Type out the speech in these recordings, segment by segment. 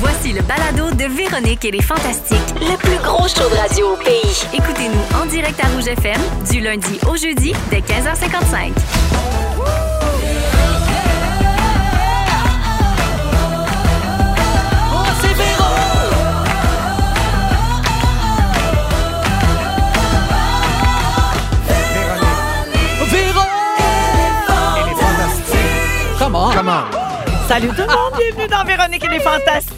Voici le balado de Véronique et les Fantastiques. Le plus gros show de radio au pays. Écoutez-nous en direct à Rouge FM du lundi au jeudi dès 15h55. Véro! Comment? Comment? Salut tout le monde, bienvenue dans Véronique et les Fantastiques.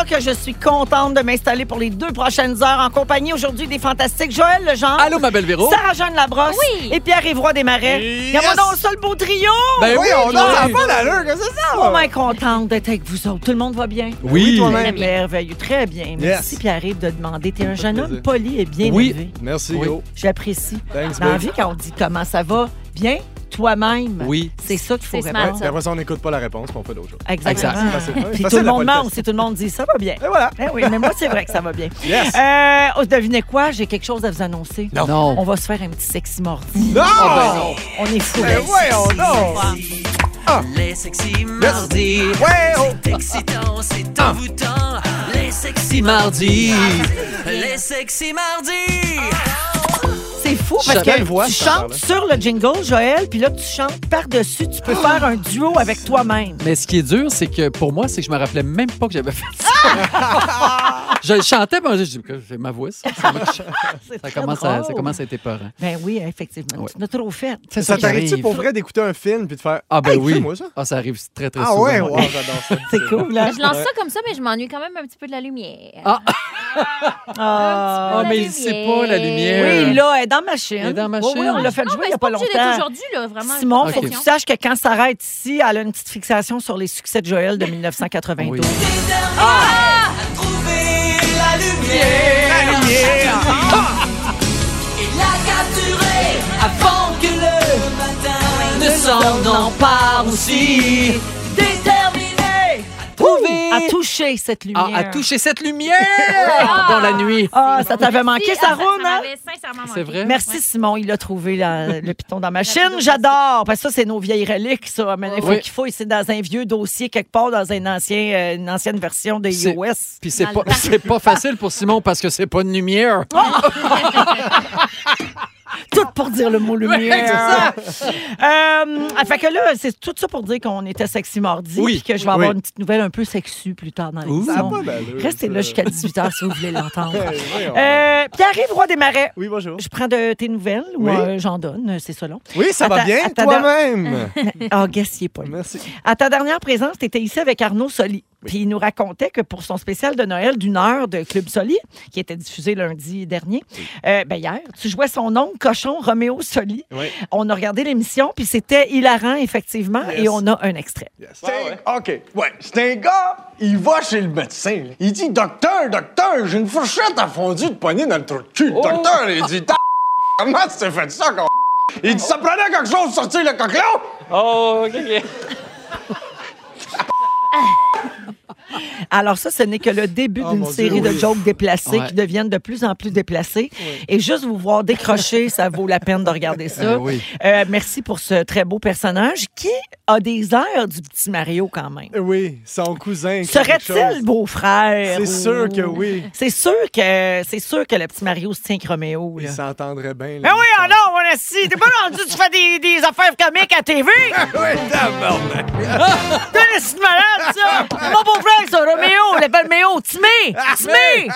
Oh, que je suis contente de m'installer pour les deux prochaines heures en compagnie aujourd'hui des Fantastiques. Joël Legendre. Allô, ma belle Véro? Sarah-Jeanne Labrosse. Oui. Et Pierre-Yves Roy Desmarais. Yes. Regarde-moi donc ça, le beau trio. Ben Oui, on Joël. a ça pas d'allure, qu'est-ce que c'est ça? Vraiment contente d'être avec vous autres. Tout le monde va bien? Oui. Très merveilleux, très bien. Merci Pierre-Yves de demander. T'es un jeune homme plaisir. poli et bien Oui. élevé. Merci, Oui. yo. J'apprécie. Thanks, Dans la babe. vie, quand on dit comment ça va, bien, toi-même. Oui. C'est ça qu'il faut C'est répondre. smart, Puis après ça, on n'écoute pas la réponse, puis on fait d'autres choses. Exactement. Exact. Facile. Ouais, Ah. Puis facile, tout le la monde politesse. ment si tout le monde dit ça va bien. Et voilà. Ben oui, mais moi, c'est vrai que ça va bien. Yes. Euh, devinez quoi? J'ai quelque chose à vous annoncer. Non. Oh. On va se faire un petit sexy mordi. Non! On est fou. Ben voyons donc! Les sexy mardis. Ouais, oh. C'est excitant, c'est Ah. envoûtant. Les sexy mardis. Les sexy mardis. C'est fou Je parce savais que le voir, tu ce temps-là. chantes sur le jingle, Joël, puis là, tu chantes par-dessus. Tu peux Ah. faire un duo avec toi-même. Mais ce qui est dur, c'est que pour moi, c'est que je me rappelais même pas que j'avais fait ça. je le chantais, mais je dis que c'est ma voix, ça. Ça, marche. C'est Ça très commence à, ça drôle. commence à être épeurant. Ben oui, effectivement. Ouais. Tu l'as trop fait. C'est Ça qui t'arrive-tu arrive. pour vrai d'écouter un film puis de faire Ah ben Hey, oui. fais-moi ça? Ah, ça arrive très, très Ah souvent. ouais, wow, j'adore ça. C'est cool, hein? Je lance ça comme ça, mais je m'ennuie quand même un petit peu de la lumière. Ah. Ah. Ah, La mais c'est lumière. pas la lumière. Oui, là, elle est dans ma chaîne. Elle est dans ma Oui, oui, chaîne. on l'a Ah, fait jouer il n'y a pas longtemps. aujourd'hui, là, vraiment. Simon, j'ai faut pas que tu saches que quand Sarah est ici, elle a une petite fixation sur les succès de Joël de 1992. Oui. Trouver la lumière. La lumière. Et la capturer avant que le matin ne s'en empare aussi. Déterminé. Trouvé. À toucher cette lumière. Ah, à toucher cette lumière dans la nuit. Ah, ça t'avait manqué, ça Sarah, ça hein? m'avait sincèrement manqué. C'est vrai? Merci, Simon. Il a trouvé la- le piton dans ma chaîne. piton J'adore. Parce que ça, c'est nos vieilles reliques, ça. Mais il faut Oui. qu'il faut. C'est dans un vieux dossier quelque part, dans un ancien, euh, une ancienne version de C'est- iOS. Puis c'est Dans pas, le- c'est pas facile pour Simon parce que c'est pas une lumière. Oh! Tout pour dire le mot lumière. Euh, ah, fait que là, c'est tout ça pour dire qu'on était sexy mardi. Oui. Puis que je vais Oui. avoir une petite nouvelle un peu sexy plus tard dans Ouh. Ça a l'émission. pas d'allure, Restez ça. là jusqu'à 18h si vous voulez l'entendre. Hey, voyons. Euh, Pierre-Yves Roy des Marais. Oui, bonjour. Je prends de tes nouvelles ou Oui. euh, j'en donne, c'est selon. Oui, ça Attends, va bien attends, toi-même. Ah, guess, il est pas là. Merci. À ta dernière présence, tu étais ici avec Arnaud Soli. Puis il nous racontait que pour son spécial de Noël d'une heure de Club Soli, qui était diffusé lundi dernier, euh, ben hier, tu jouais son nom, cochon Roméo Soli. Oui. On a regardé l'émission, puis c'était hilarant, effectivement, Yes. et on a un extrait. Yes. C'est un- OK. Ouais. C'est un gars, il va chez le médecin. là. Il dit Docteur, docteur, j'ai une fourchette à fondue de poignée dans le trou de cul. Le docteur, il dit Ta- Comment tu t'es fait ça, con Il dit Ça prenait quelque chose de sortir le coquelin. Alors ça, ce n'est que le début Oh d'une série de jokes déplacés Ouais. qui deviennent de plus en plus déplacés. Et juste vous voir décrocher, ça vaut la peine de regarder ça. Eh oui. Euh, merci pour ce très beau personnage qui a des airs du petit Mario quand même. Oui, son cousin. quelque Serait-il chose. beau-frère? C'est ou- sûr que oui. C'est sûr que c'est sûr que le petit Mario se tient que Roméo. Là. Il s'entendrait bien. Ben là. oui, alors, on a si. T'es pas rendu, tu fais des, des affaires comiques à TV? Oui, tabarnak. T'es un esti de malade, ça! C'est Mon beau-frère, ça, Roméo, on l'appelle Méo. Timé! Timé!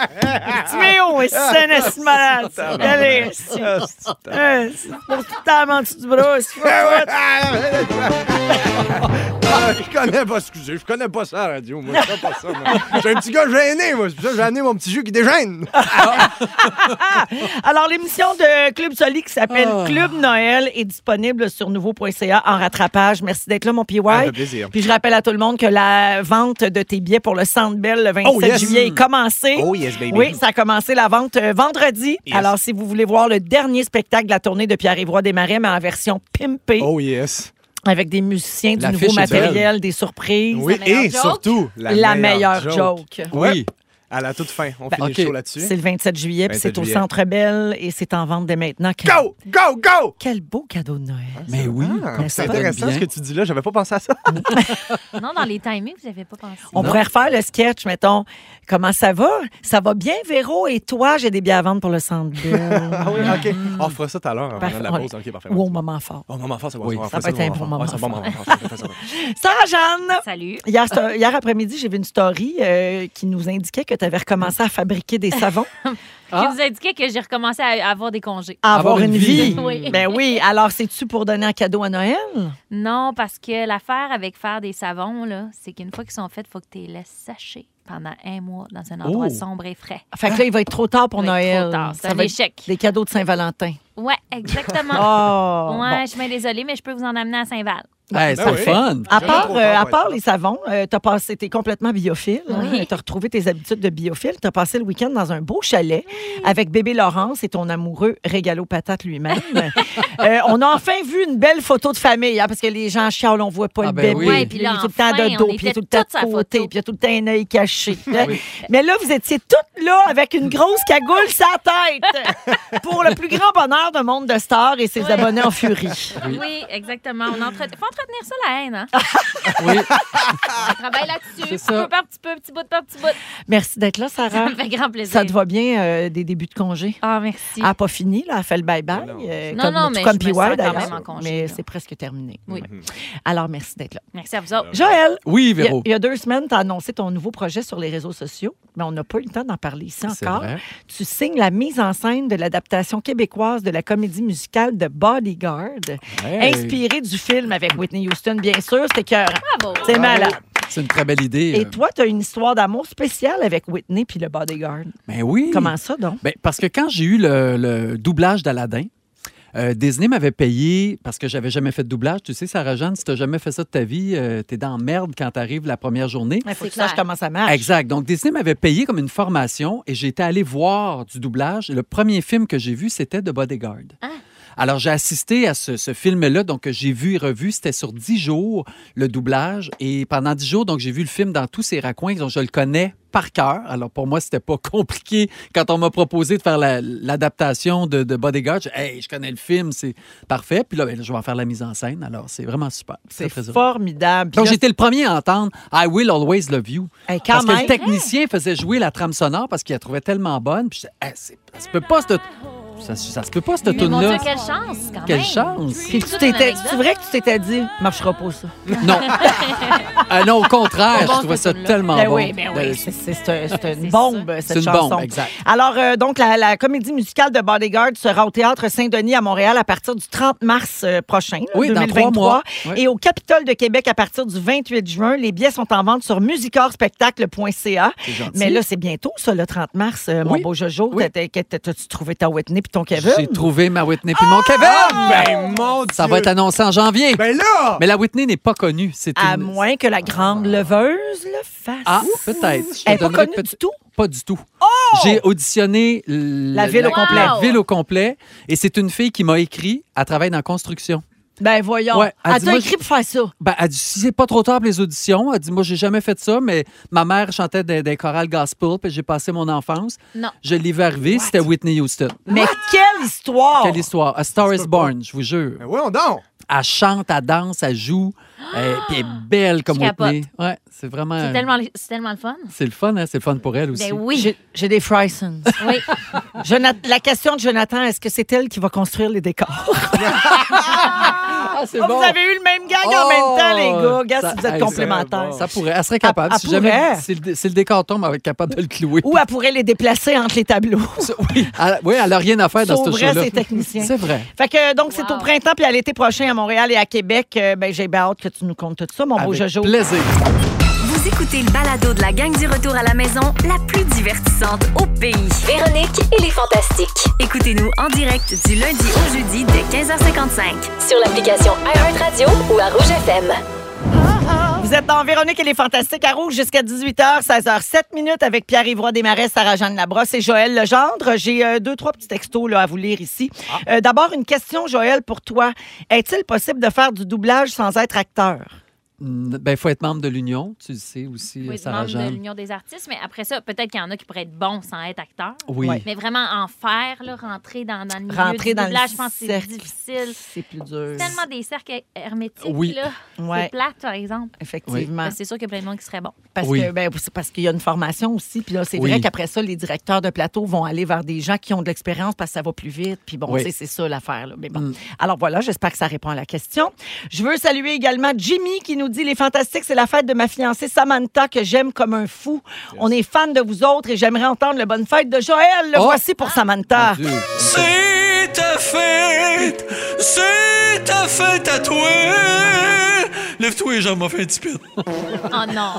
Timéo, c'est un esti de malade, ça. Allez, esti. Euh, c'est Pour tout le temps, en dessous du bras, c'est pas- Ah, Je connais pas, excusez, je connais pas ça à la radio. Moi, je fais pas ça. moi. Je suis un petit gars gêné, moi. C'est pour ça que j'ai amené mon petit jeu qui dégêne. Alors, l'émission de Club Soli qui s'appelle Ah. Club Noël est disponible sur nouveau.ca en rattrapage. Merci d'être là, mon PY. Ah, ça fait plaisir. Puis je rappelle à tout le monde que la vente de tes billets pour le Centre Bell le 27 Oh, yes. juillet est commencée. Oh, yes, baby. Oui, ça a commencé la vente euh, vendredi. Alors, si vous voulez voir le dernier spectacle de la tournée de Pierre-Évroy Desmarais, mais en version pimpée, Oh, yes. avec des musiciens, du L'affiche nouveau est belle. matériel, des surprises. Oui, meilleure et joke? surtout, la, La meilleure joke. Oui. À la toute fin. On Ben, finit OK. le show là-dessus. C'est le 27 juillet, puis 27 c'est au juillet. Centre Belle et c'est en vente dès maintenant. Quel, Go! Go! Go! quel beau cadeau de Noël. Mais oui, Ah, comme C'est ça donne intéressant bien. ce que tu dis là. J'avais pas pensé à ça. Non, dans les timings, vous n'avez pas pensé. On pourrait refaire le sketch, mettons. Comment ça va? Ça va bien, Véro? Et toi, j'ai des billets à vendre pour le Centre Belle. Ah oui, OK. On fera ça tout à l'heure. On Parfait. la pause. OK, parfait. Ou au moment fort. Oh, moment fort, c'est bon. Oui. on Ça fera peut être un moment fort. bon Ouais, c'est un bon moment moment fort. On fait ça, ouais. Sarah-Jeanne! Salut. Hier, c'est un- hier après-midi, j'ai vu une story euh, qui nous indiquait que tu avais recommencé à fabriquer des savons, Ah. Qui vous indiquait que j'ai recommencé à à avoir des congés. à avoir, une vie. Oui. Ben oui, alors c'est-tu pour donner un cadeau à Noël? Non, parce que l'affaire avec faire des savons, là, c'est qu'une fois qu'ils sont faits, il faut que tu les laisses sécher pendant un mois dans un endroit Oh. sombre et frais. Fait que là, il va être trop tard pour Il va être Noël. trop tard. C'est Ça un va être échec. Des cadeaux de Saint-Valentin. Ouais, exactement. Oh! ouais, je suis bien désolée, mais je peux vous en amener à Saint-Val. Ah! Hey, Eh, c'est Ben le oui. fun. À Jamais part, trop euh, tard à pour part être les savons, euh, t'as passé, t'es complètement biophile. hein, Oui. t'as retrouvé tes habitudes de biophile. T'as passé le week-end dans un beau chalet avec bébé Laurence et ton amoureux Régalo Patate lui-même. Euh, on a enfin vu une belle pébé de famille, hein, parce que les gens chialent, on voit pas Ah, le ben bébé. oui. puis Ouais, puis il là, est tout le temps enfin, de dos, on puis il est tout était le temps toutes sa de côté, photo. puis il y a tout le temps un œil caché. Ah Mais là, vous étiez toutes là avec une grosse cagoule sur la tête pour le plus grand bonheur de monde de stars et ses Oui. abonnés en furie. Oui, exactement. On entreten- faut entretenir ça, la haine. Hein? Oui. On travaille là-dessus. C'est Petit ça. peu par petit peu, petit bout par petit bout. Merci d'être là, Sarah. Ça me fait grand plaisir. Ça te va bien euh, des débuts de congé? Ah, merci. Elle n'a pas fini, là. Elle fait le bye-bye. Non, euh, non, comme, non, tout mais comme je me PY, sens quand d'ailleurs, même en congé, Mais là. c'est presque terminé. Oui. Mhm. Alors, merci d'être là. Merci à vous autres. Joël, Oui, il y, a, Véro. il y a deux semaines, tu as annoncé ton nouveau projet sur les réseaux sociaux, mais on n'a pas eu le temps d'en parler ici C'est encore. vrai. Tu signes la mise en scène de l'adaptation québécoise de la comédie musicale de Bodyguard, Hey. inspirée du film avec Whitney Houston, bien sûr. C'est cœur. Bravo. C'est malade. C'est une très belle idée. euh. Et toi, tu as une histoire d'amour spéciale avec Whitney puis le Bodyguard. Ben oui. Comment ça, donc? Ben, parce que quand j'ai eu le, le doublage d'Aladin, euh, Disney m'avait payé parce que j'avais jamais fait de doublage. Tu sais, Sarah Jeanne, si t'as jamais fait ça de ta vie, euh, t'es dans la merde quand t'arrives la première journée. Il faut que tu clair. saches comment ça marche. Exact. Donc, Disney m'avait payé comme une formation et j'étais allé voir du doublage. Et le premier film que j'ai vu, c'était The Bodyguard. Alors, j'ai assisté à ce, ce film-là, donc que j'ai vu et revu. C'était sur dix jours, le doublage. Et pendant dix jours, donc, j'ai vu le film dans tous ses raccoins. Donc, je le connais par cœur. Alors, pour moi, c'était pas compliqué. Quand on m'a proposé de faire la- l'adaptation de, de Bodyguard, j'ai dit, hey, je connais le film, c'est parfait. Puis là, ben, je vais en faire la mise en scène. Alors, c'est vraiment super. Très, C'est très heureux. formidable. Puis Donc, là, j'étais le premier à entendre I Will Always Love You. Hey, quand parce que même. le technicien faisait jouer la trame sonore parce qu'il la trouvait tellement bonne. Puis je disais, Hey, c'est- ça se peut pas, cette, ça, ça se peut pas, cette Mais mon Dieu, tune-là. quelle chance, quand Quelle Ben même. chance! Puis tu t'étais. C'est vrai que tu t'étais dit, marchera pas ça. Non. Ah non, au contraire, Bon, je trouvais cette ça tune-là. tellement Ben bon. oui, ben oui, Ben, c'est- C'est c'est- c'est une C'est bombe, ça. cette C'est une chanson. bombe, exact. Alors, euh, donc, la, la comédie musicale de Bodyguard sera au Théâtre Saint-Denis à Montréal à partir du 30 mars euh, prochain, là, Oui, dans 2023. trois mois. Oui. Et au Capitole de Québec à partir du 28 juin. Les billets sont en vente sur musicorspectacle.ca. c'est gentil. Mais là, c'est bientôt, ça, le 30 mars, euh, mon Oui. beau Jojo. Oui. T'as- t'as- T'as-tu trouvé ta Whitney puis ton Kevin? Ah! j'ai trouvé ma Whitney puis mon Kevin! Ben, mon Dieu! Ça va être annoncé en janvier. Ben là! Mais la Whitney n'est pas connue. C'est À une- moins que la grande leveuse le fasse. Ah, peut-être. Je te Elle n'est pas donnerai connue peut- du tout. Pas du tout. J'ai auditionné l- La ville au complet. La ville au complet. Et c'est une fille qui m'a écrit. Elle travaille dans la construction. Ben voyons. Ouais, elle elle dit, t'a moi, écrit pour faire ça. Ben, elle dit si c'est pas trop tard pour les auditions. Elle dit moi, j'ai jamais fait ça, mais ma mère chantait des, des chorales gospel, puis j'ai passé mon enfance. Non. Je l'ai vu arriver. C'était Whitney Houston. Mais quelle histoire! Ah! Quelle histoire. A Star is Born, je vous jure. Ben voyons donc! Elle chante, elle danse, elle joue. euh, puis elle est belle comme Je capote. Whitney. Ouais, c'est vraiment. C'est tellement, c'est tellement le fun. C'est le fun, hein? C'est le fun pour elle aussi. Ben oui. J'ai- J'ai des Frysons. Oui. Jonathan- la question de Jonathan, est-ce que c'est elle qui va construire les décors? Ah, c'est Ah, bon. Vous avez eu le même gag en Oh! même temps, les gars. Regarde Ça- si vous êtes hey, complémentaires. Ça pourrait. Elle serait capable. Elle- si, elle jamais- pourrait. si le, si le décor tombe, elle va être capable de le clouer. Ou elle pourrait les déplacer entre les tableaux. oui, elle, oui, elle a rien à faire dans ce Sauverait show-là. ses techniciens. C'est vrai. Fait que donc, c'est Wow. au printemps puis à l'été prochain à Montréal et à Québec. Euh, ben, j'ai bien hâte que tu nous comptes tout ça, mon beau Avec Jojo. Plaisir. Vous écoutez le balado de la gang du retour à la maison, la plus divertissante au pays. Véronique et les Fantastiques. Écoutez-nous en direct du lundi au jeudi dès 15h55. Sur l'application iHeartRadio ou à Rouge FM. Vous êtes dans Véronique et les Fantastiques à Rouge jusqu'à 18h, 16h07 minutes avec Pierre-Yvroy Desmarais, Sarah-Jeanne Labrosse et Joël Legendre. J'ai euh, deux, trois petits textos là, à vous lire ici. Euh, D'abord, une question, Joël, pour toi. Est-il possible de faire du doublage sans être acteur? Mm, Ben, il faut être membre de l'Union, tu le sais aussi, Oui, Sarah membre de Jeanne. l'Union des artistes. Mais après ça, peut-être qu'il y en a qui pourraient être bons sans être acteurs. Oui. Ouais. Mais vraiment en faire, là, rentrer dans, dans le milieu Rentrer du dans doublage, le je pense que c'est cercle. difficile. C'est plus dur. Tellement des cercles her- hermétiques, Oui. là. Ouais. C'est plate, par exemple. Effectivement. Ben, C'est sûr qu'il y a plein de monde qui serait bon. Parce Oui. que ben, c'est parce qu'il y a une formation aussi. Puis là, c'est Oui. vrai qu'après ça, les directeurs de plateau vont aller vers des gens qui ont de l'expérience parce que ça va plus vite. Puis bon, Oui. tu sais, c'est ça l'affaire. là. Mais bon. Mm. Alors voilà, j'espère que ça répond à la question. Je veux saluer également Jimmy qui nous dit Les Fantastiques, c'est la fête de ma fiancée Samantha que j'aime comme un fou. On est fan de vous autres et j'aimerais entendre le bonne fête de Joël. Le Oh! voici pour Samantha. Mon Dieu. C'est ta fête, c'est ta fête à toi. Lève-toi et j'en m'en fais un petit peu. Oh non!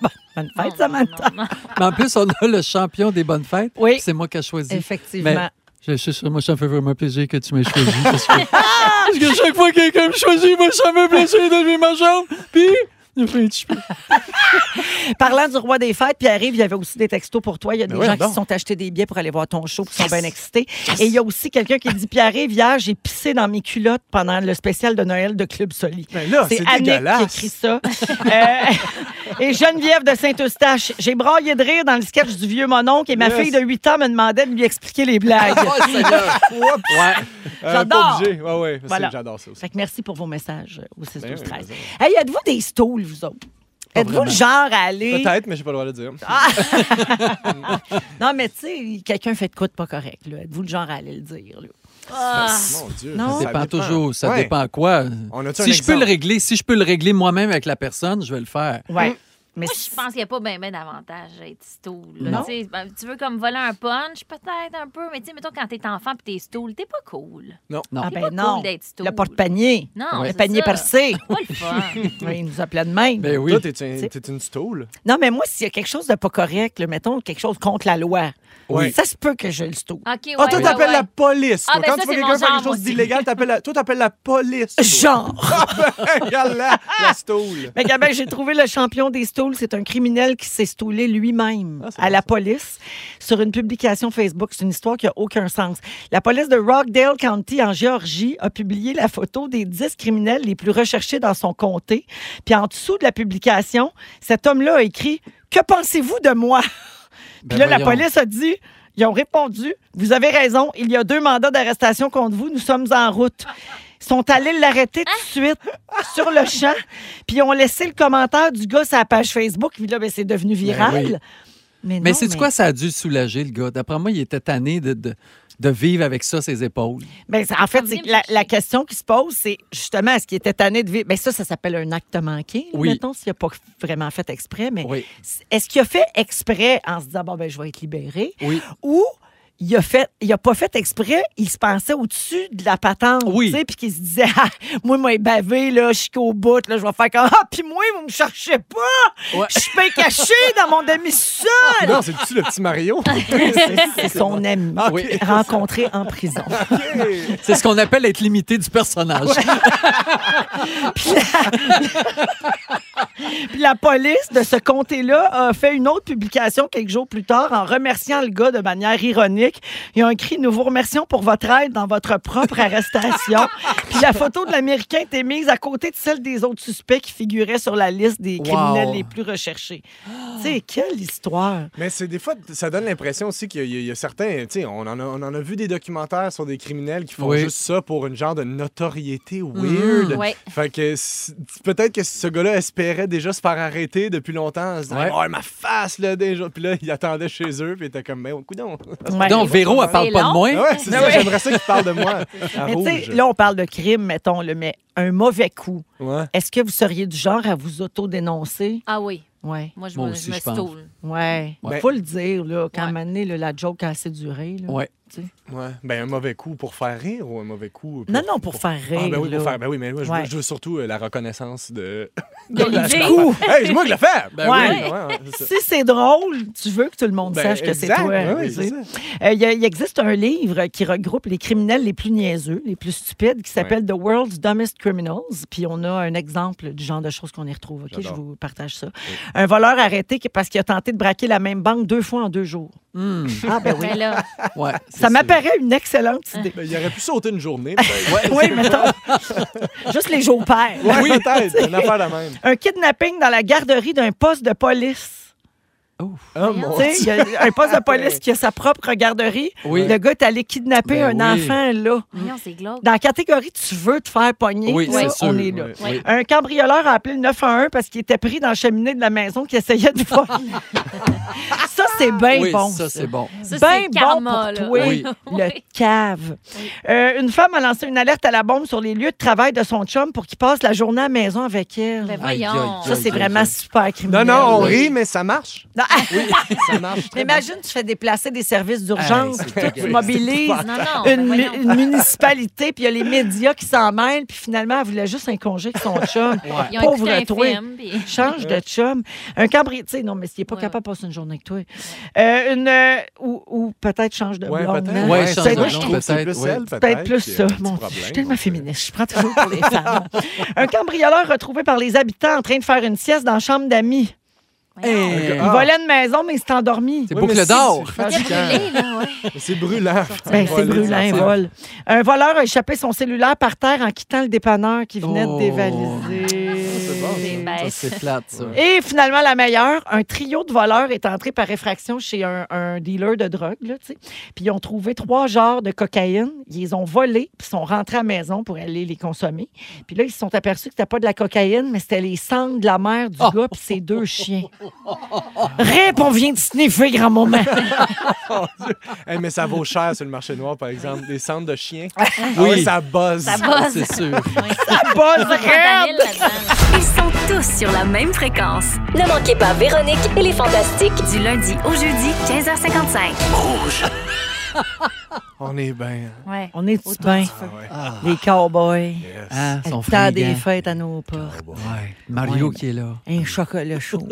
Bonne Non, Ah, fête, non, Samantha. non, non. Mais en plus, on a le champion des bonnes fêtes. Oui. C'est moi qui ai choisi. Effectivement. Mais je suis sûr, moi, ça me fait vraiment plaisir que tu m'aies choisi. Parce que, parce que chaque fois que quelqu'un me choisit, moi, ça me fait plaisir de lever ma jambe. Puis, il me fait un petit peu. Parlant du roi des fêtes, Pierre-Yves, il y avait aussi des textos pour toi. Il y a des Ben oui, gens qui donc. se sont achetés des billets pour aller voir ton show, qui sont bien excités. Et il y a aussi quelqu'un qui dit Pierre-Yves, hier, j'ai pissé dans mes culottes pendant le spécial de Noël de Club Soli. Ben là, c'est Annick qui dégueulasse. écrit ça. Euh, et Geneviève de Saint-Eustache, j'ai braillé de rire dans le sketch du vieux mononcle et ma Yes. fille de 8 ans me demandait de lui expliquer les Ah, blagues. Oups. Ouais. Euh, J'adore. Pas obligé. Ouais, ouais, c'est- Voilà. J'adore ça aussi. Fait que merci pour vos messages euh, au 6 12 13 Ben oui, Hey, êtes-vous des stools, vous autres? Êtes-vous vraiment. le genre à aller. Peut-être, mais j'ai pas le droit de le dire. Non, mais tu sais, quelqu'un fait de quoi de pas correct, là. Êtes-vous le genre à aller le dire, là? Ah. Mon Dieu. Non. Ça Ça dépend, toujours. Ça Ouais. dépend quoi. On a-tu un Si je peux exemple? le régler, si je peux le régler moi-même avec la personne, je vais le faire. Ouais. Hum. Mais Moi, je pense qu'il n'y a pas bien ben d'avantage à être stool. là. Non. Tu sais, ben, tu veux comme voler un punch, peut-être un peu, mais tu sais, mettons, quand t'es enfant puis t'es stool, t'es pas cool. Non. ah C'est ben pas non. cool d'être stool. le porte-panier. Non, Le c'est panier ça. percé. Pas le fun. Oui, il nous appelait de même. Ben oui. Toi, t'es un- T'sais- t'es une stole. Non, mais moi, s'il y a quelque chose de pas correct, là, mettons quelque chose contre la loi, Oui. ça se peut que je le stoule. OK, ouais, Ah, toi, ouais, t'appelles ouais. la police. Ah, toi. ben Quand ça, tu vois c'est quelqu'un faire mon genre, quelque chose moi aussi. d'illégal, t'appelles la... toi, t'appelles la police. Ah. toi. Genre. Regarde là, la stole. Mais ben, j'ai trouvé le champion des stools. C'est un criminel qui s'est stoulé lui-même Ah, c'est à bon, la ça. police sur une publication Facebook. C'est une histoire qui n'a aucun sens. La police de Rockdale County, en Géorgie, a publié la photo des 10 criminels les plus recherchés dans son comté. Puis en dessous de la publication, cet homme-là a écrit Que pensez-vous de moi? Puis là, Ben la voyons. police a dit. Ils ont répondu Vous avez raison, il y a deux mandats d'arrestation contre vous, nous sommes en route. Ils sont allés l'arrêter tout de suite sur le champ, puis ils ont laissé le commentaire du gars sur la page Facebook, puis là, ben, c'est devenu viral. Ben oui. Mais, Mais non, c'est quoi, ça a dû soulager le gars. D'après moi, il était tanné de, de, de vivre avec ça, ses épaules. Ben, c'est- en fait, c'est que la, la question qui se pose, c'est justement, est-ce qu'il était tanné de vivre? Ben, ça, ça s'appelle un acte manqué, là, Oui. mettons, s'il n'a pas vraiment fait exprès. Mais Oui. est-ce qu'il a fait exprès en se disant, bon, ben, je vais être libéré? Oui. Ou il a fait, il a pas fait exprès, il se pensait au-dessus de la patente, Oui. tu sais, puis qu'il se disait, Ah, moi, moi, bavé là, jusqu'au bout, là, je vais faire comme, ah, puis moi, vous me cherchez pas, Ouais. je suis bien caché dans mon demi-sol. Non, c'est-tu le petit Mario? C'est son ami Ah Oui. rencontré en prison. C'est ce qu'on appelle être limité du personnage. Puis la police de ce comté-là a fait une autre publication quelques jours plus tard en remerciant le gars de manière ironique. Ils ont écrit Nous vous remercions pour votre aide dans votre propre arrestation. Puis la photo de l'Américain était mise à côté de celle des autres suspects qui figuraient sur la liste des Wow. criminels les plus recherchés. Tu sais, quelle histoire! Mais c'est des fois, ça donne l'impression aussi qu'il y, a- il y a certains. Tu sais, on, en a- on en a vu des documentaires sur des criminels qui font Oui. juste ça pour une genre de notoriété weird. Ouais. Fait que c- peut-être que ce gars-là espérait déjà se faire arrêter depuis longtemps. en se disant, Ouais. oh, ma face, là, déjà. Puis là, il attendait chez eux, puis il était comme, mais au coudon. Ouais. Donc, Véro, elle parle C'est pas de long. moi. Ah ouais, c'est ça, j'aimerais ça qu'il parle de moi. à Mais tu sais, rouge. là, on parle de crime, mettons, le mais un mauvais coup. Ouais. Est-ce que vous seriez du genre à vous autodénoncer? Ah oui, Ouais. moi, je Moi me aussi, je me je pense. stoule. Ouais. Ouais. Faut le dire, là, quand Ouais. à un moment donné, là, la joke a assez duré. là. Ouais. Ouais. Ben, un mauvais coup pour faire rire ou un mauvais coup. Non, non, pour faire rire. Ah, ben oui, là. pour faire. Ben oui, mais moi, je, veux- Ouais. je veux surtout euh, la reconnaissance de. De l'idée. hey, c'est moi qui l'ai fait! Ben Ouais. oui, ouais, ouais, c'est ça. Si c'est drôle, tu veux que tout le monde Ben, sache que c'est exact, toi. ouais, tu oui, sais. c'est ça. Euh, Il y a- il existe un livre qui regroupe les criminels les plus niaiseux, les plus stupides, qui s'appelle The World's Dumbest Criminals. Puis on a un exemple du genre de choses qu'on y retrouve. OK, je J'adore. vous partage ça. Un voleur arrêté qui- parce qu'il a tenté de braquer la même banque deux fois en deux jours. Hmm, Ah, ben oui. Mais là, ouais, c'est Ça sûr. m'apparaît une excellente idée. Ben, il aurait pu sauter une journée. peut-être. Oui, mettons. Juste les jours pairs. Ouais, peut-être. C'est une affaire la même. Un kidnapping dans la garderie d'un poste de police. Oh, Tu mon sais, il y a un poste de police qui a sa propre garderie. Oui. Le gars est allé kidnapper Ben un oui. enfant là. voyons, c'est glauque. Dans la catégorie tu veux te faire pogner, Oui, ça, c'est sûr. on est là. Oui, Ouais. oui. Un cambrioleur a appelé le 911 parce qu'il était pris dans la cheminée de la maison qui essayait de voler. ça, c'est bien Oui, bon. ça, c'est bon. Ça, Ben c'est bon pour karma, là. toi, Oui. le cave. Euh, une femme a lancé une alerte à la bombe sur les lieux de travail de son chum pour qu'il passe la journée à la maison avec elle. Ben Aïe, voyons. aïe, ça, aïe. c'est vraiment super Non, criminel. non, on Oui. rit, mais ça marche. Non, Ça marche. très mais imagine, tu fais déplacer des services d'urgence, Ah, Hey, c'est puis toi, tu dégueulasse. mobilises Non, non, ben une, mu- voyons. une municipalité, puis il y a les médias qui s'en mêlent, puis finalement, elle voulait juste un congé avec son chum. Ils ont Pauvre écouté un toi. film, puis- Change de chum. Un cambrioleur, tu sais, non, mais s'il n'est pas Ouais, capable de passer une journée avec toi. Euh, une, euh, ou ou peut-être change de bien. Ouais, blonde. peut-être. hein. Ouais, C'est- change de moi, moi, je je blonde, trouve que c'est peut-être, plus ouais. elle, peut-être. Peut-être plus qu'il y a ça. un petit Mon Dieu, problème, je suis tellement ouais. féministe. Je prends toujours pour les femmes. Un cambrioleur retrouvé par les habitants en train de faire une sieste dans la chambre d'amis. voyons. Ah, Il volait une maison, mais il s'est endormi. C'est Ouais, mais boucle si, d'or. c'est Il a fatigant. brûlé, là, ouais. Mais C'est brûlant. Ben, c'est Voler, brûlant, un ça. vol. Un voleur a échappé son cellulaire par terre en quittant le dépanneur qui venait Oh. de dévaliser. C'est Ça, bête. c'est plate, ça. Et finalement, la meilleure, un trio de voleurs est entré par effraction chez un, un dealer de drogue. Là, tu sais. puis ils ont trouvé trois genres de cocaïne. Ils les ont volés, puis sont rentrés à la maison pour aller les consommer. Puis là, ils se sont aperçus que c'était pas de la cocaïne, mais c'était les cendres de la mère du gars puis ses deux chiens. Rip, on vient de sniffer, grand moment. Hey, mais ça vaut cher sur le marché noir, par exemple. Des centres de chiens. Ah, Oui. Oui, ça buzz. Ça bosse. C'est sûr. Buzz Pantanelle Rip! là-dedans. Ils sont tous sur la même fréquence. Ne manquez pas Véronique et les Fantastiques. Du lundi au jeudi, 15h55. On est bien. Ouais. On est bien, Ah Ah. les cowboys. Hein, Le son temps des frère. fêtes à nos portes. Ouais. Mario Ouais. qui est là. Un chocolat chaud.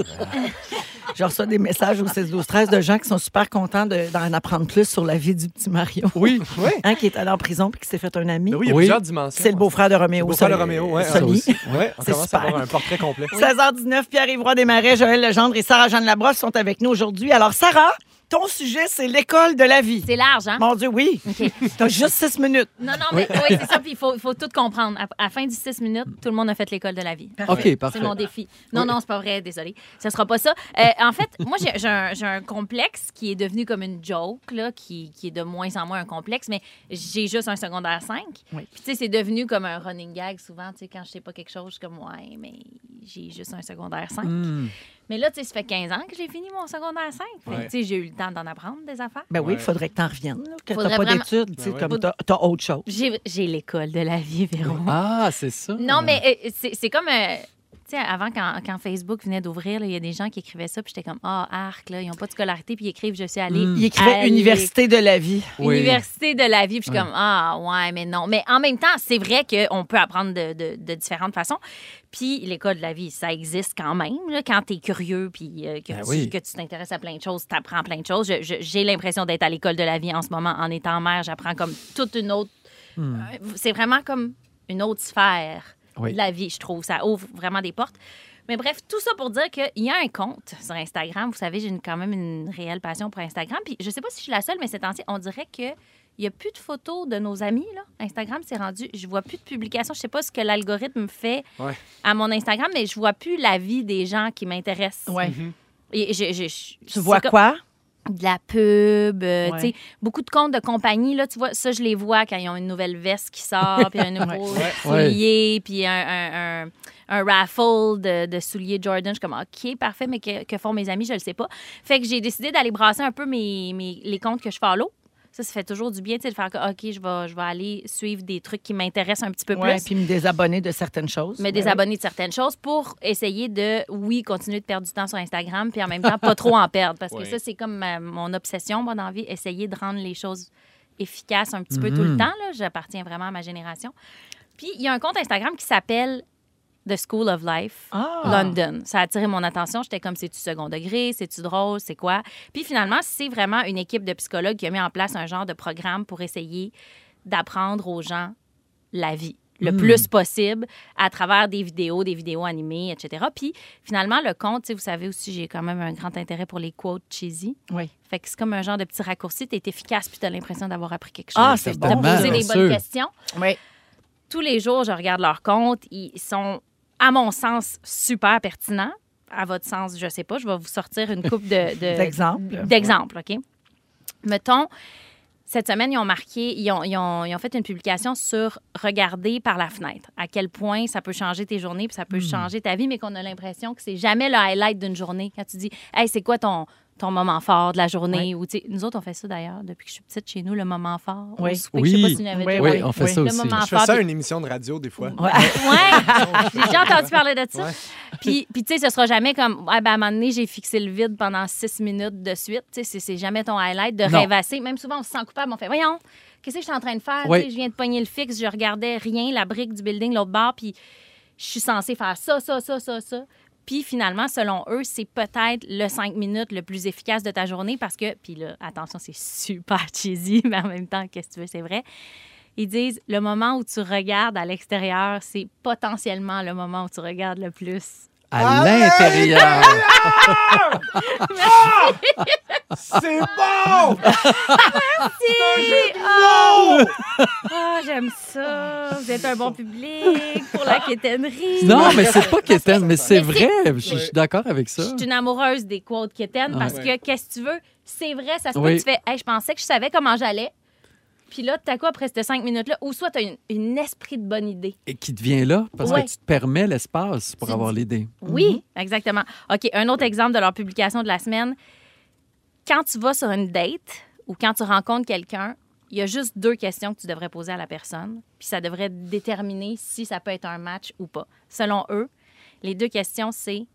Je reçois des messages au 16 12 13 de gens qui sont super contents de- d'en apprendre plus sur la vie du petit Mario. Oui, oui. Hein, qui est allé en prison puis qui s'est fait un Mais ami. Ben oui, il y a Oui. plusieurs dimensions. C'est le beau-frère de Roméo. Beau frère de Sol- Roméo, ouais, Soli. ça aussi. Ouais, on C'est commence super. à avoir un portrait complet. 16h19, Pierre-Yvroy Desmarais, Joël Legendre et Sarah-Jeanne Labrosse sont avec nous aujourd'hui. Alors, Sarah, ton sujet, c'est l'école de la vie. C'est large, hein? Mon Dieu, oui. OK. T'as juste six minutes. Non, non, mais oui, c'est ça. Puis il faut, il faut tout comprendre. À, à la fin du 6 minutes, tout le monde a fait l'école de la vie. OK, C'est parfait. mon défi. Non, non, c'est pas vrai, désolé. Ça sera pas ça. Euh, en fait, moi, j'ai- j'ai un, j'ai un complexe qui est devenu comme une joke, là, qui, qui est de moins en moins un complexe, mais j'ai juste un secondaire 5. Oui. Puis, tu sais, c'est devenu comme un running gag souvent. Tu sais, quand je sais pas quelque chose, je suis comme, ouais, mais j'ai juste un secondaire 5. Hmm. Mais là, tu sais, ça fait 15 ans que j'ai fini mon secondaire 5. Fait que, Ouais. Tu sais, j'ai eu le temps d'en apprendre des affaires. Ben oui, il Ouais. faudrait que t'en reviennes. là, que t'as Faudrait pas vraiment- d'études, tu sais, Ben oui. comme t'as t'as autre chose. J'ai j'ai l'école de la vie, Véro. Ah, c'est ça. Non, mais euh, c'est c'est comme. euh, tu sais, avant, quand, quand Facebook venait d'ouvrir, là, il y a des gens qui écrivaient ça, puis j'étais comme, ah, arc, là, ils n'ont pas de scolarité, puis ils écrivent, je suis allée. Il écrivait à Hmm. Université de la vie. Oui. Université de la vie. Puis je suis Ouais. comme, ah, ouais, mais non. Mais en même temps, c'est vrai qu'on peut apprendre de, de- de différentes façons. Puis l'école de la vie, ça existe quand même. là, quand tu es curieux, puis euh, que, Ben tu, oui. que tu t'intéresses à plein de choses, tu apprends plein de choses. Je- je- J'ai l'impression d'être à l'école de la vie en ce moment. En étant mère, j'apprends comme toute une autre. Euh, C'est vraiment comme une autre sphère Hmm. Oui. de la vie, je trouve. Ça ouvre vraiment des portes. Mais bref, tout ça pour dire qu'il y a un compte sur Instagram. Vous savez, j'ai une- quand même une réelle passion pour Instagram. Puis je sais pas si je suis la seule, mais ces temps-ci, on dirait que il y a plus de photos de nos amis là. Instagram s'est rendu, je vois plus de publications. Je sais pas ce que l'algorithme fait Ouais. à mon Instagram, mais je vois plus la vie des gens qui m'intéressent. Ouais. Et je- je- je- Mhm. Tu c'est vois comme- quoi? de la pub, Ouais. euh, tu sais, beaucoup de comptes de compagnie, là, tu vois, ça, je les vois quand ils ont une nouvelle veste qui sort, puis un nouveau soulier, puis un, un- un- un raffle de, de souliers Jordan. Je suis comme, OK, parfait, mais que, que font mes amis, je le sais pas. Fait que j'ai décidé d'aller brasser un peu mes, mes- les comptes que je follow. Ça, ça fait toujours du bien, tu sais, de faire, que, OK, je vais, je vais aller suivre des trucs qui m'intéressent un petit peu Ouais, plus. puis me désabonner de certaines choses. Me Ouais. désabonner de certaines choses pour essayer de, oui, continuer de perdre du temps sur Instagram, puis en même temps, pas trop en perdre. Parce Ouais. que ça, c'est comme ma- mon obsession, mon envie, essayer de rendre les choses efficaces un petit peu tout le temps. là. J'appartiens vraiment à ma génération. Puis, il y a un compte Instagram qui s'appelle The School of Life. Ah. London. Ça a attiré mon attention. J'étais comme, c'est-tu second degré? C'est-tu drôle? C'est quoi? Puis finalement, c'est vraiment une équipe de psychologues qui a mis en place un genre de programme pour essayer d'apprendre aux gens la vie. le Hmm. plus possible à travers des vidéos, des vidéos animées, etc. Puis finalement, le compte, tu sais, vous savez aussi, j'ai quand même un grand intérêt pour les quotes cheesy. Oui. Fait que c'est comme un genre de petit raccourci. T'es efficace puis t'as l'impression d'avoir appris quelque chose. Ah, c'est bon. T'as posé Bien des sûr. bonnes questions. Oui. Tous les jours, je regarde leur compte. Ils sont, à mon sens, super pertinents. À votre sens, je sais pas. Je vais vous sortir une coupe de, de- Euh, D'exemple. d'exemples, OK? Mettons, cette semaine, ils ont marqué, ils ont, ils ont- ils ont fait une publication sur regarder par la fenêtre, à quel point ça peut changer tes journées, puis ça Hmm. peut changer ta vie, mais qu'on a l'impression que c'est jamais le highlight d'une journée. Quand tu dis, hey, c'est quoi ton ton moment fort de la journée ou tu sais, nous autres on fait ça d'ailleurs depuis que je suis petite chez nous le moment fort au Oui. souper, je sais pas si tu l'avais Oui, déjà Oui, oui, on fait oui. ça le aussi. moment Je fais ça fort à une émission de radio, des fois. Ouais, j'ai déjà entendu parler de ça. Puis, puis tu sais, ce sera jamais comme, ah, ben, à un moment donné, j'ai fixé le vide pendant six minutes de suite. Tu sais, c'est- c'est jamais ton highlight de Non. rêvasser. Même souvent, on se sent coupable. On fait, voyons, qu'est-ce que je suis en train de faire? Oui. Ah, Tu sais, Je viens de pogner le fixe, je regardais rien, la brique du building, l'autre bord, puis je suis censée faire ça, ça, ça, ça, ça. Puis finalement, selon eux, c'est peut-être le cinq minutes le plus efficace de ta journée parce que, puis là, attention, c'est super cheesy, mais en même temps, qu'est-ce que tu veux, c'est vrai. Ils disent le moment où tu regardes à l'extérieur, c'est potentiellement le moment où tu regardes le plus. À l'intérieur. C'est bon! Ah, j'aime ça. Vous êtes un bon public pour la quétainerie. Non, mais c'est pas quétaine, mais c'est Mais vrai. Je je suis d'accord avec Je ça. suis une amoureuse des quotes quétaines parce que, qu'est-ce que tu veux, c'est vrai, ça se peut Oui. que tu fais, Hey, je pensais que je savais comment j'allais. Puis là, t'as quoi après ces cinq minutes-là? Ou soit t'as une, une esprit de bonne idée. Et qui devient là parce Ouais. que tu te permets l'espace pour Tu avoir l'idée. Mhm. Oui, exactement. OK, un autre exemple de leur publication de la semaine. Quand tu vas sur une date ou quand tu rencontres quelqu'un, il y a juste deux questions que tu devrais poser à la personne, puis ça devrait déterminer si ça peut être un match ou pas. Selon eux, les deux questions, c'est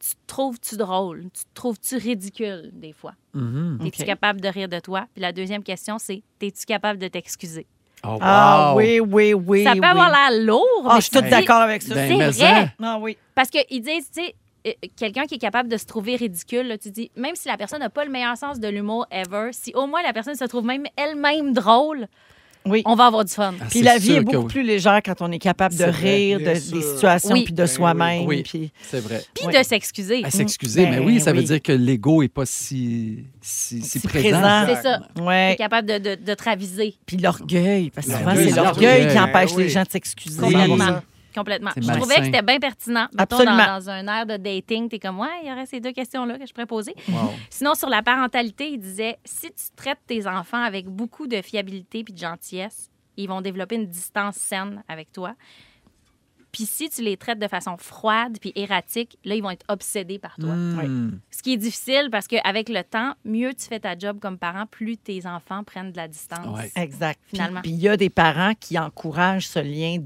tu te trouves-tu drôle? Tu te trouves-tu ridicule des fois? Mhm. Es-tu OK. capable de rire de toi? Puis la deuxième question, c'est es-tu capable de t'excuser? Oh, wow. Ah oui, oui, oui. ça peut oui. avoir l'air lourd. Ah, je mais suis toute c'est- d'accord avec ça. Ben, C'est mais vrai. ça. Ah oui. Parce qu'ils disent, tu sais, euh, quelqu'un qui est capable de se trouver ridicule, là, tu dis, même si la personne n'a pas le meilleur sens de l'humour ever, si au moins la personne se trouve même elle-même drôle, Oui. on va avoir du fun. Ah, Puis c'est la vie sûr que est beaucoup oui. plus légère quand on est capable de C'est vrai, rire de, bien des sûr. situations Oui. puis de Ben oui. soi-même. Oui. Puis... C'est vrai. Puis Ouais. de s'excuser. À s'excuser, Ben mais oui, ça veut oui. dire que l'ego est pas si, si, si Si présent. présent. C'est ça. T'es Ouais. capable de, de, de te raviser Puis l'orgueil, parce que souvent, L'orgueil, c'est l'orgueil. l'orgueil qui empêche Ben oui. les gens de s'excuser. Oui. complètement. Complètement. C'est Je malsain. trouvais que c'était bien pertinent. Mettons, dans, Absolument. dans un air de dating, t'es comme, ouais, il y aurait ces deux questions-là que je pourrais poser. Sinon, sur la parentalité, il disait si tu traites tes enfants avec beaucoup de fiabilité puis de gentillesse, ils vont développer une distance saine avec toi. Puis si tu les traites de façon froide puis erratique, là, ils vont être obsédés par toi. Hmm. Mmh. Ce qui est difficile parce qu'avec le temps, mieux tu fais ta job comme parent, plus tes enfants prennent de la distance. Ouais. Exact. Puis- Finalement. Puis il y a des parents qui encouragent ce lien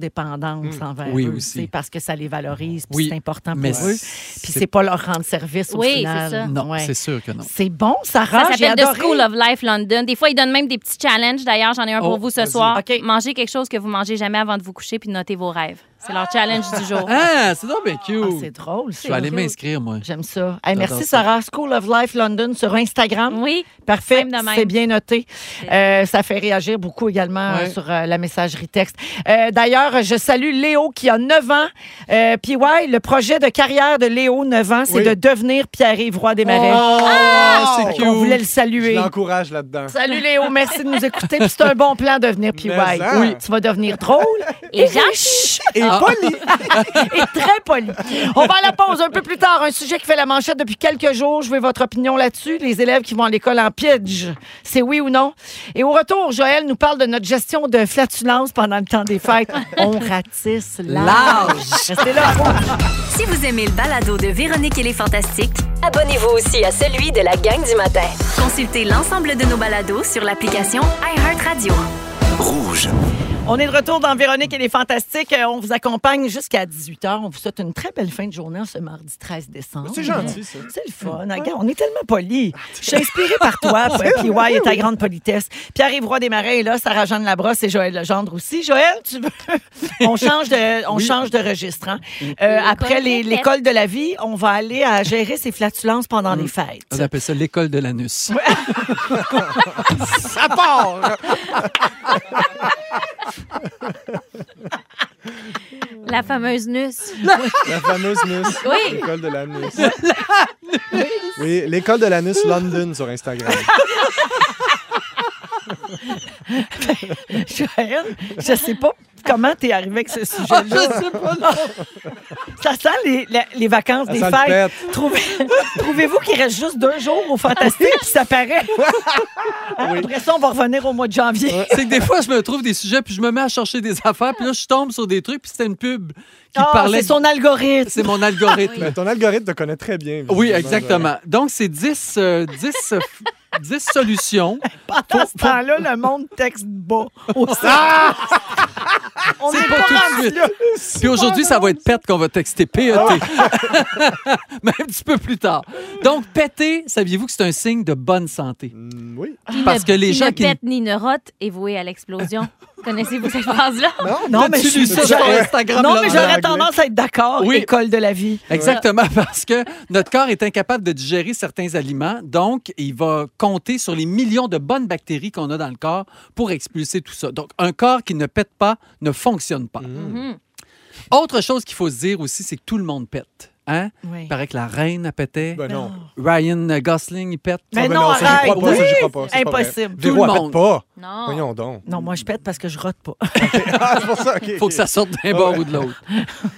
d'ultra-dépendance envers Mmh. Oui, eux, aussi. tu sais, parce que ça les valorise, puis Oui. c'est important pour Mais eux. Puis c'est pas leur rendre service au Oui, final. c'est ça. Non, Ouais. c'est sûr que non. C'est bon, Sarah. Ça j'ai s'appelle The adoré. School of Life London. Des fois, ils donnent même des petits challenges. D'ailleurs, j'en ai un Oh, pour vous ce vas-y. soir. OK. Mangez quelque chose que vous mangez jamais avant de vous coucher puis notez vos rêves. C'est leur challenge du jour. Ah, c'est donc bien cute. Ah, c'est drôle. Je ça. vais aller drôle. m'inscrire, moi. J'aime ça. Hey, J'adore merci, ça. Sarah. School of Life London sur Instagram. Oui. Parfait, Même de même. c'est bien noté. Euh, ça fait réagir beaucoup également Ouais. euh, sur euh, la messagerie texte. Euh, D'ailleurs, je salue Léo qui a 9 ans. Euh, puis ouais, le projet de carrière de Léo, 9 ans, c'est Oui. de devenir Pierre-Yves Roy des Marais. Oh, Ah, c'est On voulait le cute. Je saluer. l'encourage là-dedans. Salut Léo, merci de nous écouter. Puis C'est un bon plan devenir PY. Mais ça. Oui, tu vas devenir drôle et riche Ah. Et poli! et très poli. On va à la pause un peu plus tard. Un sujet qui fait la manchette depuis quelques jours. Je veux votre opinion là-dessus. Les élèves qui vont à l'école en piège, c'est oui ou non? Et au retour, Joël nous parle de notre gestion de flatulence pendant le temps des fêtes. On ratisse large. Restez là. Si vous aimez le balado de Véronique et les Fantastiques, Abonnez-vous aussi à celui de la gang du matin. consultez l'ensemble de nos balados sur l'application iHeartRadio. On est de retour dans Véronique et les Fantastiques. Euh, On vous accompagne jusqu'à 18h. On vous souhaite une très belle fin de journée en ce mardi 13 décembre. C'est gentil, ça. Ah, C'est le fun. Regarde, on est tellement polis. Je suis inspirée par toi, puis ouais, et ta grande politesse. Pierre-Yves Roy Desmarais est là, Sarah-Jeanne Labrosse et Joël Legendre aussi. Joël, tu veux... on change de, on change de registre. hein. Euh, après les- complète. l'école de la vie, on va aller à gérer ses flatulences Mm. pendant les fêtes. On appelle ça l'école de l'anus. Ça part! La fameuse NUS. La fameuse NUS. Oui. L'école de la NUS. Oui, l'école de la NUS London sur Instagram. Joël, je sais pas comment t'es arrivé avec ce sujet-là. Ça sent les, la- les vacances Ça des sent le fêtes. Trouvez- Trouvez-vous qu'il reste juste deux jours au Fantastique, puis ça paraît. Hein, Après ça, on va revenir au mois de janvier. C'est que des fois, je me trouve des sujets, puis je me mets à chercher des affaires, puis là, je tombe sur des trucs, puis c'était une pub qui Ah, parlait. C'est son algorithme. C'est mon algorithme. Mais ton algorithme te connaît très bien. Oui, visiblement, exactement. Donc, c'est 10, euh, 10, euh, 10 solutions. Pendant ce temps-là, le monde texte bas. Au on Ah, C'est est pas pas tout de rendu suite. Puis aujourd'hui, ça va être pète qu'on va texter PET. Ah Même un petit peu plus tard. Donc, péter, saviez-vous que c'est un signe de bonne santé? Joël. Mm, oui. Parce que les qui gens ne qui- pètent ni ne rotent est voué à l'explosion. Connaissez-vous cette phrase-là? Non, mais As-tu je lu suis Ah, ça sur j'aurais- Instagram Non, l'autre mais jour? j'aurais tendance à être d'accord. Oui. École de la vie. Exactement, parce que notre corps est incapable de digérer certains aliments, donc il va compter sur les millions de bonnes bactéries qu'on a dans le corps pour expulser tout ça. Donc, un corps qui ne pète pas ne fonctionne pas. Mm. Mhm. Autre chose qu'il faut se dire aussi, c'est que tout le monde pète. Hein? Oui. Il paraît que la reine a pété. Ben non. Ah. Ryan Gosling, il pète. Mais Ah, ben non, ça, j'y crois pas, arrête. ça, j'y crois pas. c'est pas vrai. Impossible. Tout Véro, le elle monde. pète pas. Non. Voyons donc. Non, moi, je pète parce que je rote pas. Ah, c'est pour ça, OK. Il faut que ça sorte Ah, d'un bord ou de l'autre.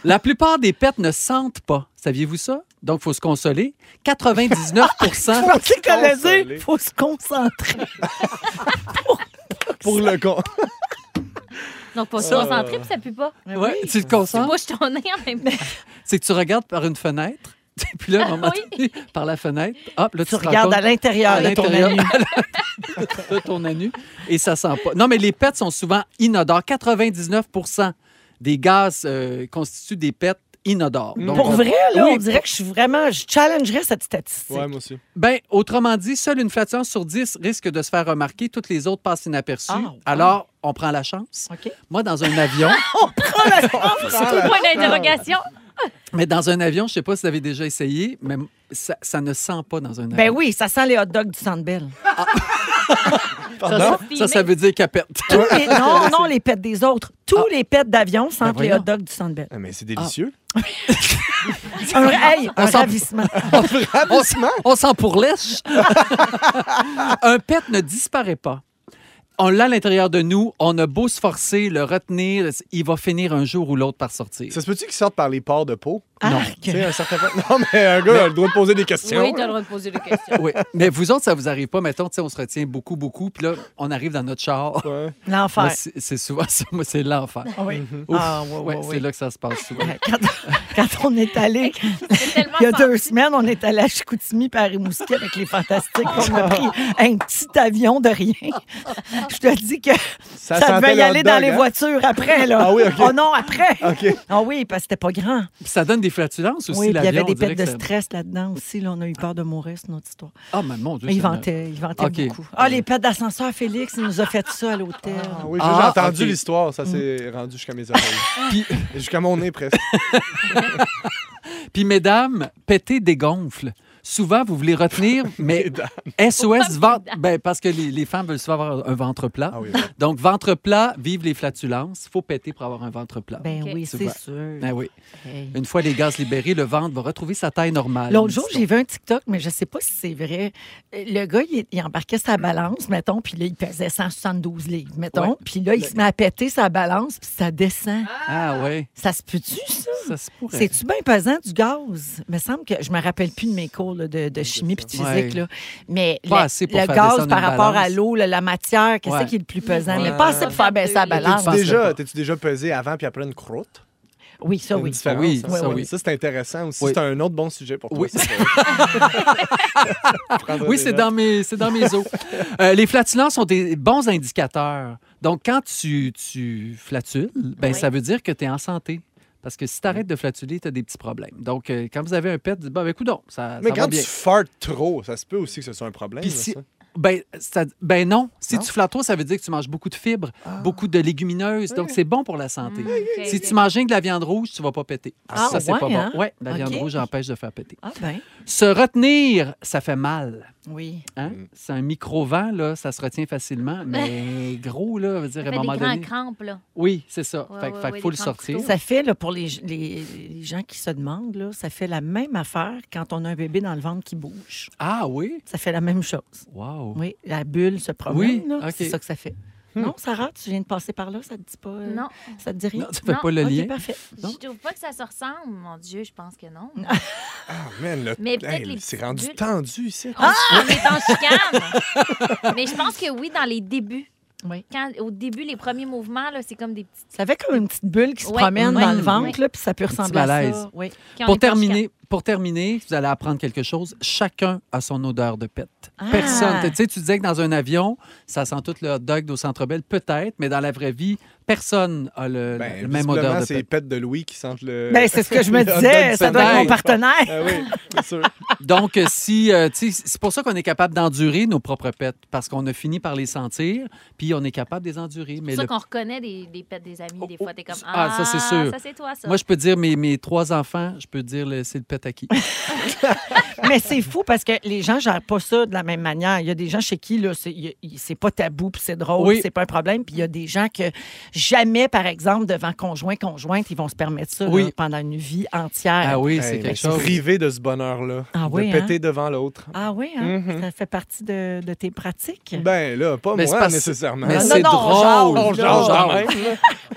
La plupart des pets ne sentent pas. Saviez-vous ça? Donc, il faut se consoler. 99 Parce que le Consolé. dire, faut se concentrer. Pour le con. Donc, pour se concentrer, puis ça pue pas. ben Ouais, tu te concentres. Bouche ton nez en même temps. C'est que tu regardes par une fenêtre. Et puis là, à un moment Oui. donné, par la fenêtre, hop, là, tu, Ah Tu te rends regardes compte à l'intérieur de ton anus. de ton anus et ça sent pas. Non, mais les pets sont souvent inodores. 99 des gaz euh, constituent des pets inodores. Donc, Mm. Pour on- vrai, là, Oui. on dirait que je suis vraiment. Je challengerais cette statistique. Ouais, moi aussi. Ben, autrement dit, seule une flatulence sur 10 risque de se faire remarquer. Toutes les autres passent inaperçues. Ah, ouais. Alors, on prend la chance. OK. Moi, dans un avion, Ah, Point d'interrogation. mais dans un avion, je sais pas si vous avez déjà essayé, mais ça, ça ne sent pas dans un avion. Ben oui, ça sent les hot dogs du Centre Bell. ça, ça, ça veut dire qu'elle pète. Tous les- non, non, les pets des autres. Tous les pets d'avion sentent Ben les voyons. hot dogs du Centre Bell. Ah, mais c'est délicieux. Un, hey, un sent- ravissement. on s- on s'en pourlèche. un pet ne disparaît pas. On l'a à l'intérieur de nous, on a beau se forcer, le retenir, il va finir un jour ou l'autre par sortir. Ça se peut-tu qu'ils sortent par les pores de peau? Tu Arc. sais, un certain point- Non, mais un gars a le droit de poser des questions. Oui, t'as le droit de poser des questions. Oui. Mais vous autres, ça vous arrive pas, mettons, tu sais, on se retient beaucoup, beaucoup, puis là, on arrive dans notre char. Ouais. Moi, L'enfer. c'est c'est souvent ça. Moi, c'est l'enfer. Oui. Mm-hmm. Ouf. Ah, ouais, ouais, Ouais, ouais. C'est là que ça se passe souvent. Quand, quand on est allé, tellement il y a deux semaines, on est allé à Chicoutimi par Rimouski avec les Fantastiques. On a pris Ah. un petit avion de rien. Je te dis que ça, sentait devait y le hot aller dog, dans les hein? voitures après. Là. Ah oui, OK. Oh non, après. OK. Ah oui, parce que c'était pas grand. Puis ça donne des flatulences aussi, oui, puis il y l'avion, avait des on dirait bêtes de que ça- stress là-dedans aussi. Là, on a eu peur de mourir, c'est notre histoire. Ah, mais mon Dieu. Mais il ça me- ventait, il ventait OK. beaucoup. Ah, les pets d'ascenseur, Félix, il nous a fait ça à l'hôtel. Ah Oui, j'ai Ah, entendu ok. Mm. l'histoire, ça s'est rendu jusqu'à mes oreilles. Puis- Et Jusqu'à mon nez presque. Puis, mesdames, pétez des gonfles. Souvent, vous voulez retenir, mais SOS, ventre. Ben, parce que les, les femmes veulent souvent avoir un ventre plat. Ah oui. Donc, ventre plat, vive les flatulences. faut péter pour avoir un ventre plat. Ben OK. oui, Tu c'est vois. sûr. Ben oui. Hey. Une fois les gaz libérés, le ventre va retrouver sa taille normale. L'autre jour, j'ai vu un TikTok, mais je sais pas si c'est vrai. Euh, Le gars, il, il embarquait sa balance, mettons, puis là, il pesait 172 livres, mettons. Ouais. Puis là, il se met à péter sa balance, puis ça descend. Ah oui, Ça se peut-tu, ça? ça se pourrait. C'est-tu bien pesant du gaz? Il me semble que je me rappelle plus de mes cours là, de, de chimie puis de physique. Ouais. Là. Mais Pas le, assez pour le faire gaz descendre par une rapport à balance. l'eau, là, la matière, qu'est-ce Ouais. qui est le plus pesant? Ouais. Mais pas assez pour faire baisser la T'es-tu balance. penses- Déjà, pas. t'es-tu déjà pesé avant puis après une croûte? Oui, ça, Une oui. différence, Ah Oui, hein? ça, oui. Ça, c'est intéressant aussi. Oui. C'est un autre bon sujet pour toi. Oui. ça, ça. Prendre Oui, des c'est notes. dans mes, c'est dans mes os. Euh, les flatulences sont des bons indicateurs. Donc, quand tu, tu flatules, ben, Oui. ça veut dire que tu es en santé. Parce que si tu arrêtes de flatuler, tu as des petits problèmes. Donc, euh, quand vous avez un pet, dites, ben, ben, coudonc, ça, Mais ça va quand bien. tu fartes trop, ça se peut aussi que ce soit un problème. Puis là, si- ça. Ben, ça- ben non, si Non? Ah. tu flattes trop, ça veut dire que tu manges beaucoup de fibres, beaucoup de légumineuses. Donc, c'est bon pour la santé. Mm. ok, Si ok. tu manges rien que de la viande rouge, tu vas pas péter. Ah, ça, c'est ouais, pas bon. hein? Ouais, la viande Ok. rouge empêche de faire péter. Ah ben. Se retenir, ça fait mal. Oui. Hein? Mm. C'est un micro-vent, là, ça se retient facilement, mais gros, là, veut dire, à Ça un fait des moment grands donné. crampes, là. Oui, c'est ça. Ouais, fait fait ouais, qu'il ouais, faut des le grands sortir. couteaux. Ça fait, là, pour les, les- les gens qui se demandent, là, ça fait la même affaire quand on a un bébé dans le ventre qui bouge. Ah oui? Ça fait la même chose. Wow. Oui, la bulle se promène. Oh. Oui, là, OK. Hmm. C'est ça que ça fait. Non, Sarah, tu viens de passer par là, ça te dit pas. euh, Non. Ça te dit rien? Non, tu fais Non, pas le OK, lien. parfait. Non? Je trouve pas que ça se ressemble. Mon Dieu, je pense que non. Ah, man, le- Mais peut-être hey, les C'est petites rendu bulles. tendu ici. Ah! On est en chicane. Mais je pense que oui, dans les débuts. Oui. Quand, au début, les premiers mouvements, là, c'est comme des petites. Ça fait comme une petite bulle qui se Ouais, promène ouais, dans le ouais. ventre, là, puis ça peut ressembler à malaise. ça. Oui. quand on est en Pour chicane. terminer, pour terminer, vous allez apprendre quelque chose. Chacun a son odeur de pète. Ah! Personne. Tu sais, tu disais que dans un avion, ça sent tout le hot dog au centre belle, peut-être, mais dans la vraie vie, personne a le, Ben, le même visiblement, odeur de c'est pète. les pets de Louis qui sentent le. Ben, c'est ce que je le me hot dog disais, du ça doit être soleil. mon partenaire. Ah oui, c'est sûr. Donc, euh, si, euh, tu sais, c'est pour ça qu'on est capable d'endurer nos propres pets, parce qu'on a fini par les sentir, puis on est capable de les endurer. Mais C'est pour ça le- qu'on reconnaît des, des pets des amis. Des Oh, fois, t'es comme oh, Ah, ah, ça, c'est sûr. Ça, c'est toi, ça. moi, je peux dire mes, mes trois enfants, je peux dire le- c'est le pet à qui. Mais c'est fou parce que les gens gèrent pas ça de la même manière. Il y a des gens chez qui là, c'est, il- il- c'est pas tabou, puis c'est drôle, Oui. puis c'est pas un problème. Puis il y a des gens que jamais, par exemple, devant conjoint, conjointe, ils vont se permettre ça là, Oui. pendant une vie entière. Ah oui, c'est Hey, mais quelque je suis chose. privé de ce bonheur-là. Ah de oui, hein? péter devant l'autre. Ah oui, hein? Mm-hmm. Mhm. ça fait partie de, de tes pratiques. Ben là, pas Mais c'est moi parce- nécessairement. Mais Non, c'est Ah, non, on drôle. Ah, on jase, là. change quand même.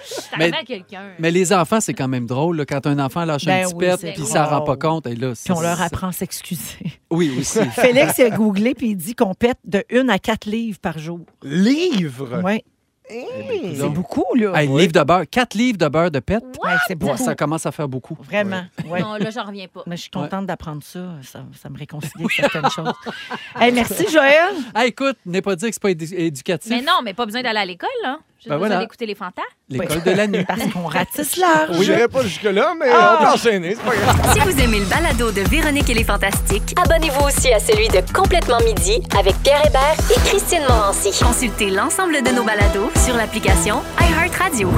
Ça mais- arrive à quelqu'un. Mais les enfants, c'est quand même drôle. là, quand un enfant lâche un Ben petit oui, c'est pet, puis ça drôle. rend pas compte. Et là, Puis on ça- leur ça- apprend à s'excuser. Oui, aussi. Félix il a googlé puis il dit qu'on pète de 1 à 4 livres par jour. Livre! Oui, c'est Donc, beaucoup, là. hey, livre de beurre, quatre livres de beurre de pète, Ouais, c'est bon, beaucoup. ça commence à faire beaucoup. Vraiment. Ouais. Non, là, j'en reviens pas. Mais je suis contente d'apprendre ça. ça. ça me réconcilie avec certaines choses. Hey, merci, Joël. Ah, écoute, n'est pas dit que c'est pas édu- éducatif. Mais non, mais pas besoin d'aller à l'école, là. Juste Ben besoin voilà. d'écouter les fantas. L'école de la nuit. Parce qu'on ratisse large. Oui, j'irai pas jusque-là, mais on Ah! peut enchaîner, c'est pas grave. Si vous aimez le balado de Véronique et les Fantastiques, Abonnez-vous aussi à celui de Complètement Midi avec Pierre Hébert et Christine Morancy. consultez l'ensemble de nos balados sur l'application iHeartRadio.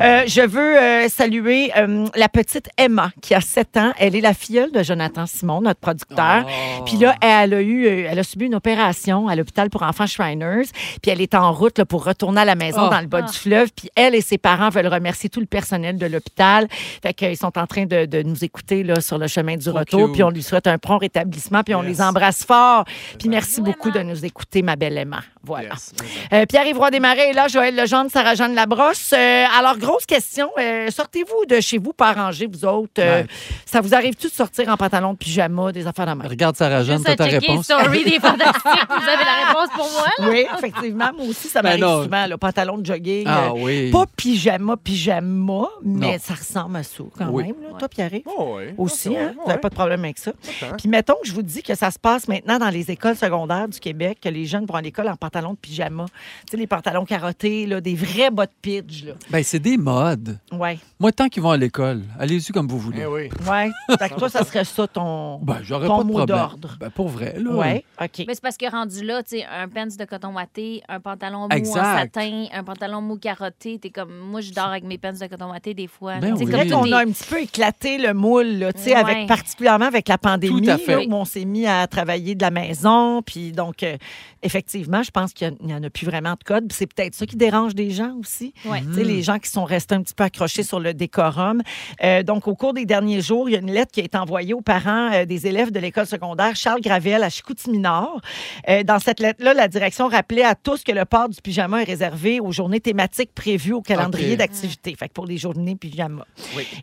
Euh, je veux euh, saluer euh, la petite Emma qui a 7 ans. Elle est la filleule de Jonathan Simon, notre producteur. Oh. Puis là, elle a eu, euh, elle a subi une opération à l'hôpital pour enfants Shriners. Puis elle est en route là, pour retourner à la maison Oh. dans le bas du fleuve. Puis elle et ses parents veulent remercier tout le personnel de l'hôpital. Fait qu'ils sont en train de, de nous écouter là, sur le chemin du Trop retour. cute. Puis on lui souhaite un prompt rétablissement. Puis on Yes. les embrasse fort. Puis Ben merci Bonjour, beaucoup de Emma. nous écouter, ma belle Emma. Voilà. Yes. Euh, Pierre-Yves Roy Desmarais est là, Joël Legendre, Sarah-Jeanne Labrosse. Euh, alors, grosse question, euh, sortez-vous de chez vous par ranger, vous autres? Euh, Ouais. Ça vous arrive-tu de sortir en pantalon de pyjama, des affaires de merde? Regarde, Sarah-Jeanne, Juste à t'as ta checker les réponse. stories des fantastiques. Vous avez la réponse pour moi, là? Oui, effectivement, moi aussi, ça Ben m'arrive non. souvent, le pantalon de jogging. Ah euh, oui. Pas pyjama, pyjama, mais Non. ça ressemble à ça quand Oui. même, là. toi, pierre Oh, ouais. Aussi, Ouais, hein? ouais. Vous n'avez pas de problème avec ça. tant. Puis mettons que je vous dis que ça se passe maintenant dans les écoles secondaires du Québec, que les jeunes vont à l'école en pantalon de pyjama. Tu sais, les pantalons carottés, là, des vrais bas de pitch, là. Ben, c'est des modes. Ouais. Moi, tant qu'ils vont à l'école, allez-y comme vous voulez. Eh oui. Ouais. Fait que toi, ça serait ça ton, Ben, j'aurais ton pas de mot problème. d'ordre. Ben, pour vrai, là. Ouais, OK. Mais c'est parce que rendu là, tu sais, un pants de coton watté, un pantalon mou en Exact. satin, un pantalon mou carotté, t'es comme, moi, je dors avec mes pants de coton watté des fois. Ben Tu sais, oui. comme Peut-être Tout qu'on les- a un petit peu éclaté le moule, là, tu sais, Ouais. avec, particulièrement avec la pandémie, Tout à fait. là, où on s'est mis à travailler de la maison. Puis donc, euh, effectivement, je pense qu'il n'y en a plus vraiment de code. Puis c'est peut-être ça qui dérange des gens aussi. Ouais. Tu sais, Mm. les gens qui sont restés un petit peu accrochés sur le décorum. Euh, donc, au cours des derniers jours, il y a une lettre qui a été envoyée aux parents euh, des élèves de l'école secondaire Charles Gravel à Chicoutimi-Nord. Euh, dans cette lettre-là, la direction rappelait à tous que le port du pyjama est réservé aux journées thématiques prévues au calendrier Ah, Ok. d'activité. Fait que pour les journées pyjama.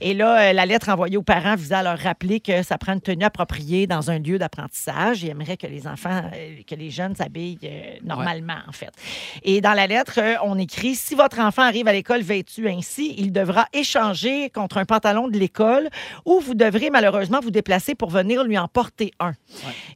Et là, euh, la lettre envoyée aux parents visait à leur rappeler que ça prend une tenue appropriée dans un lieu d'apprentissage. Ils aimeraient que les enfants, euh, que les jeunes s'habillent euh, normalement, en fait. Et dans la lettre, euh, on écrit Si votre enfant arrive à l'école vêtu ainsi, il devra échanger contre un pantalon de l'école ou vous devrez malheureusement vous déplacer pour venir lui en porter un.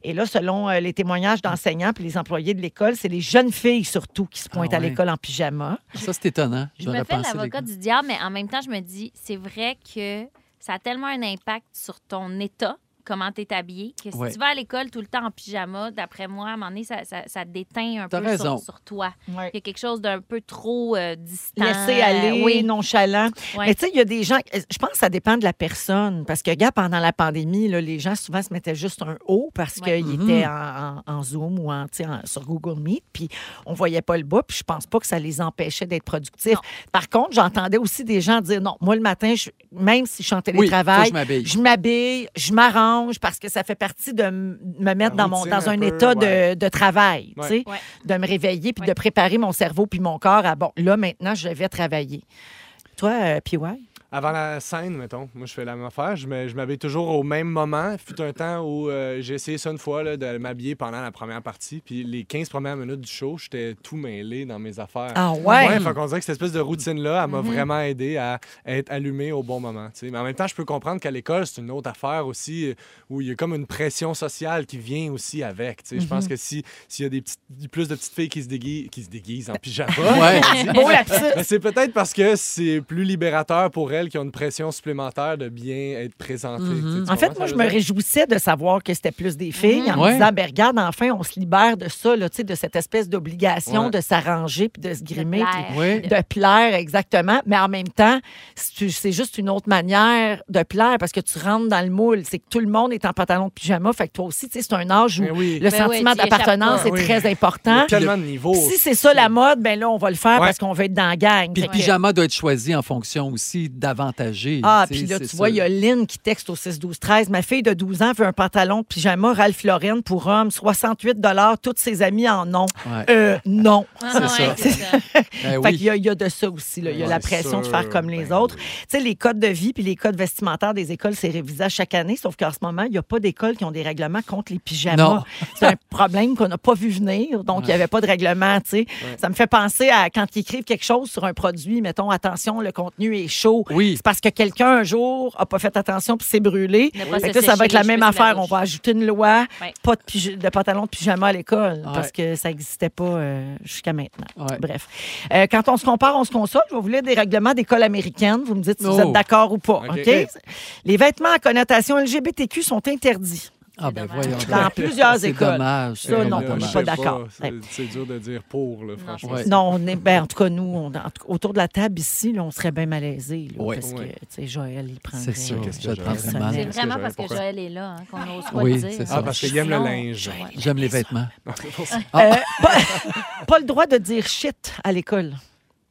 Et là, selon euh, les témoignages d'enseignants puis les employés de l'école, c'est les jeunes filles surtout qui se pointent Ah à ouais. l'école en pyjama. Ça, c'est étonnant. Je J'aurais me fais pensé les l'avocat gars. du diable, mais en même temps, je me dis, c'est vrai que ça a tellement un impact sur ton état comment t'es habillé. Que si Ouais. tu vas à l'école tout le temps en pyjama, d'après moi, à un moment donné, ça, ça, ça déteint un T'as peu sur- raison. Sur, toi. Ouais. Il y a quelque chose d'un peu trop euh, distant. Laisser aller, Euh, oui, nonchalant. Ouais. Mais tu sais, il y a des gens, euh, je pense que ça dépend de la personne. Parce que, regarde, pendant la pandémie, là, les gens souvent se mettaient juste un haut parce Ouais. qu'ils Mhm. étaient en, en- en Zoom ou en, tu sais, en- sur Google Meet, puis on voyait pas le bas, puis je pense pas que ça les empêchait d'être productifs. Par contre, j'entendais aussi des gens dire non, moi le matin, je- même si je suis en Oui, faut que télétravail, je m'habille. je m'habille, je m'arrange parce que ça fait partie de m- me mettre La dans, mon, routine dans un un peu, état ouais. de, de travail, Ouais. tu sais, Ouais. de me réveiller puis Ouais. de préparer mon cerveau puis mon corps à bon, là maintenant je vais travailler. Toi, euh, PY? Avant la scène, mettons, moi je fais la même affaire. Je me- je m'habille toujours au même moment. Fut un temps où euh, j'ai essayé ça une fois là, de m'habiller pendant la première partie. Puis les 15 premières minutes du show, j'étais tout mêlé dans mes affaires. Ah ouais? Mhm. fait qu'on dirait que cette espèce de routine-là, elle m'a vraiment aidé à être allumé au bon moment. tu sais. Mais en même temps, je peux comprendre qu'à l'école, c'est une autre affaire aussi euh, où il y a comme une pression sociale qui vient aussi avec. tu sais. Je Mhm. pense que si- s'il y a des petites- plus de petites filles qui se déguisent, qui se déguisent en pyjama, Ouais. Beau lapsus. mais Ben, c'est peut-être parce que c'est plus libérateur pour elles qui ont une pression supplémentaire de bien être présentées. Tu sais, tu Mhm. En fait, comprends moi, ce je que me veux dire? réjouissais de savoir que c'était plus des filles en Ouais. me disant, ben regarde, enfin, on se libère de ça, là, tu sais, de cette espèce d'obligation Ouais. de s'arranger puis de se de grimer. puis- plaire. Oui. de plaire, exactement. Mais en même temps, si tu- c'est juste une autre manière de plaire parce que tu rentres dans le moule. C'est que tout le monde est en pantalon de pyjama. Fait que toi aussi, tu sais, c'est un âge où Ben oui. le Ben sentiment oui, tu y d'appartenance échappes est pas. Oui. très Il y a important. tellement de niveaux. Si c'est ça la mode, ben là, on va le faire Ouais. parce qu'on veut être dans la gang. Puis Fait le que- pyjama doit être choisi en fonction aussi d'avantager. Ah, tu sais, puis là, tu c'est vois, ça. il y a Lynn qui texte au 6-12-13. Ma fille de 12 ans veut un pantalon de pyjama Ralph Lauren pour homme, 68 Toutes ses amies en ont. Ouais. Euh, non. Ah, C'est ouais, ça. c'est ça. Ben Fait oui. Ben qu'il y a- il y, a de ça aussi. là. Il y a Ouais, la c'est pression de sûr. faire comme les Ben autres. oui. Tu sais, les codes de vie puis les codes vestimentaires des écoles, c'est révisé à chaque année, sauf qu'en ce moment, il n'y a pas d'écoles qui ont des règlements contre les pyjamas. Non. C'est un problème qu'on n'a pas vu venir, donc il n'y avait pas de règlement, tu sais. Ça me fait penser à quand ils écrivent quelque chose sur un produit, mettons, attention, le contenu est chaud. Oui. C'est parce que quelqu'un, un jour, n'a pas fait attention puis s'est brûlé. Ne pas Fait se que là, ça va sécher être la les même cheveux sur la affaire. On bouche. va ajouter une loi, Ouais. pas de, pyj- de pantalon de pyjama à l'école, Ouais. parce que ça n'existait pas euh, jusqu'à maintenant. Ouais. Bref. Euh, quand on se compare, on se console. Je vais vous lire des règlements d'école américaine. Vous me dites si vous Oh. êtes d'accord ou pas. OK. OK? Les vêtements à connotation LGBTQ sont interdits Ah, ben dommage. voyons. dans donc. plusieurs C'est écoles. dommage. Ça, c'est vraiment non, Là, on je n'est dommage. pas sais d'accord. c'est- C'est dur de dire pour, là, franchement. Ouais. Non, on est, ben, en tout cas, nous, on- en tout- autour de la table ici, là, on serait bien malaisés. là, Ouais. Parce que, Ouais. tu sais, Joël, il prend. C'est sûr, Qu'est-ce que je le prends j'aurais- vraiment. C'est Personnel. Qu'est-ce que vraiment j'aurais- parce que pourquoi? Joël est là hein, qu'on n'ose pas Oui, le dire. c'est ça. Ah, parce qu'il aime le linge. J'aime les vêtements. Pas le droit de dire shit à l'école.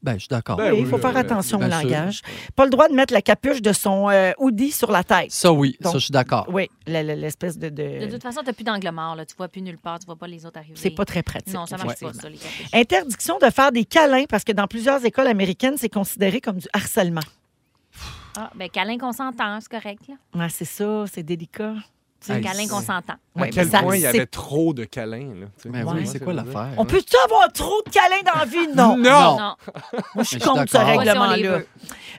Ben, je suis d'accord. Ben Oui, il oui, faut oui, faire oui, attention au bien sûr. langage. Pas le droit de mettre la capuche de son euh, hoodie sur la tête. Ça, oui. Donc- ça, je suis d'accord. Oui, la- la- l'espèce de. de- De toute façon, t'as plus d'angle mort. Là. Tu vois plus nulle part. Tu vois pas les autres arriver. C'est pas très pratique. Non, ça marche effectivement. pas, ça, les capuches. Interdiction de faire des câlins parce que dans plusieurs écoles américaines, c'est considéré comme du harcèlement. Ah, ben, câlin consentant, c'est correct. Là. Ouais, c'est ça, c'est délicat. C'est Hey, câlin c'est- consentant. À Ouais, quel mais ça, point il y c'est- avait trop de câlins, là. tu sais. Mais Ouais. oui, c'est quoi l'affaire? On peut-tu avoir trop de câlins dans la vie? Non. Non. Non. Moi, je suis Contre ce d'accord. Pas si on les règlement-là. veut.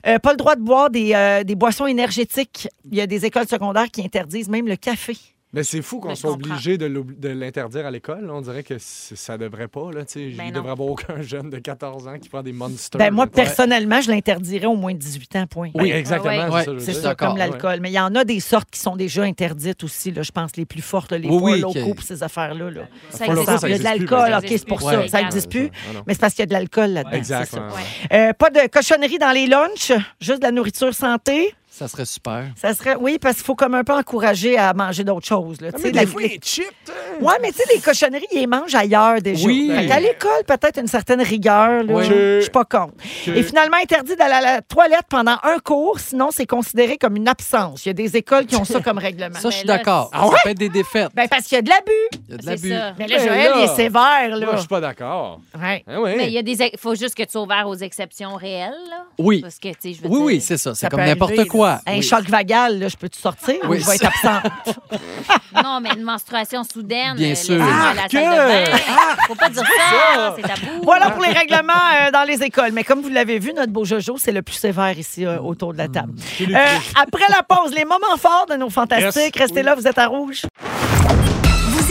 Euh, pas le droit de boire des, euh, des boissons énergétiques. Il y a des écoles secondaires qui interdisent même le café. Mais c'est fou Mais qu'on je soit comprends. obligé de l'oub- de l'interdire à l'école. là. On dirait que c- ça devrait pas, là. tu sais. Ben Il non. devrait avoir aucun jeune de 14 ans qui prend des monsters. Ben, moi, là, tu sais. personnellement, je l'interdirais au moins de 18 ans, point. Oui, exactement. Ouais, ça, je veux c'est dire. ça, Comme Ah, l'alcool. Mais il y en a des sortes qui sont déjà interdites aussi, là, je pense, les plus fortes, là, les Oui, poids oui, locaux que- pour ces affaires-là. là. Ça Pour le existe. coup, ça Il y a de existe plus, l'alcool, mais OK, c'est pour existe ça. plus. Ça Ouais. n'existe plus. Ah, non. Mais c'est parce qu'il y a de l'alcool là-dedans. c'est Exact. ça. ouais, ouais. Ouais. Euh, pas de cochonnerie dans les lunchs, juste de la nourriture santé. Ça serait Ben, super. Ça serait, oui, parce qu'il faut comme un peu encourager à manger d'autres choses. Là. Tu sais, Ah, Mais la- des fois, il est cheap, tu sais. Ouais, mais tu sais, les cochonneries, ils les mangent ailleurs déjà. Oui. Fait qu'à l'école, peut-être une certaine rigueur. là. Oui. Je suis pas contre. Et finalement, interdit d'aller à la toilette pendant un cours, sinon c'est considéré comme une absence. Il y a des écoles qui ont ça comme règlement. Ça, je suis ben là, d'accord. Ah c'est- Ça peut être des défaites. Ben, parce qu'il y a de l'abus. Il y a de C'est l'abus. ça. Mais là, Ben Joël, là. il est sévère, Moi, je là. suis pas d'accord. Ouais. Hein, ouais. Mais il y a des. ex- faut juste que tu sois ouvert aux exceptions réelles. Là. Oui. Parce que, tu sais, je veux Oui, dire- oui, c'est ça. Ça C'est comme peut n'importe arriver, quoi. là. Un Oui. choc vagal, là, je peux-tu sortir Oui, ou je vais être ça- absente? Non, mais une menstruation soudaine. Bien euh, sûr. laissez-moi à la salle de bain. Faut pas dire ça. C'est tabou. voilà pour les règlements euh, dans les écoles. Mais comme vous l'avez vu, notre beau Jojo, c'est le plus sévère ici Mm. euh, autour de la table. Euh, après la pause, les moments forts de nos fantastiques. Restez là, vous êtes à rouge. Vous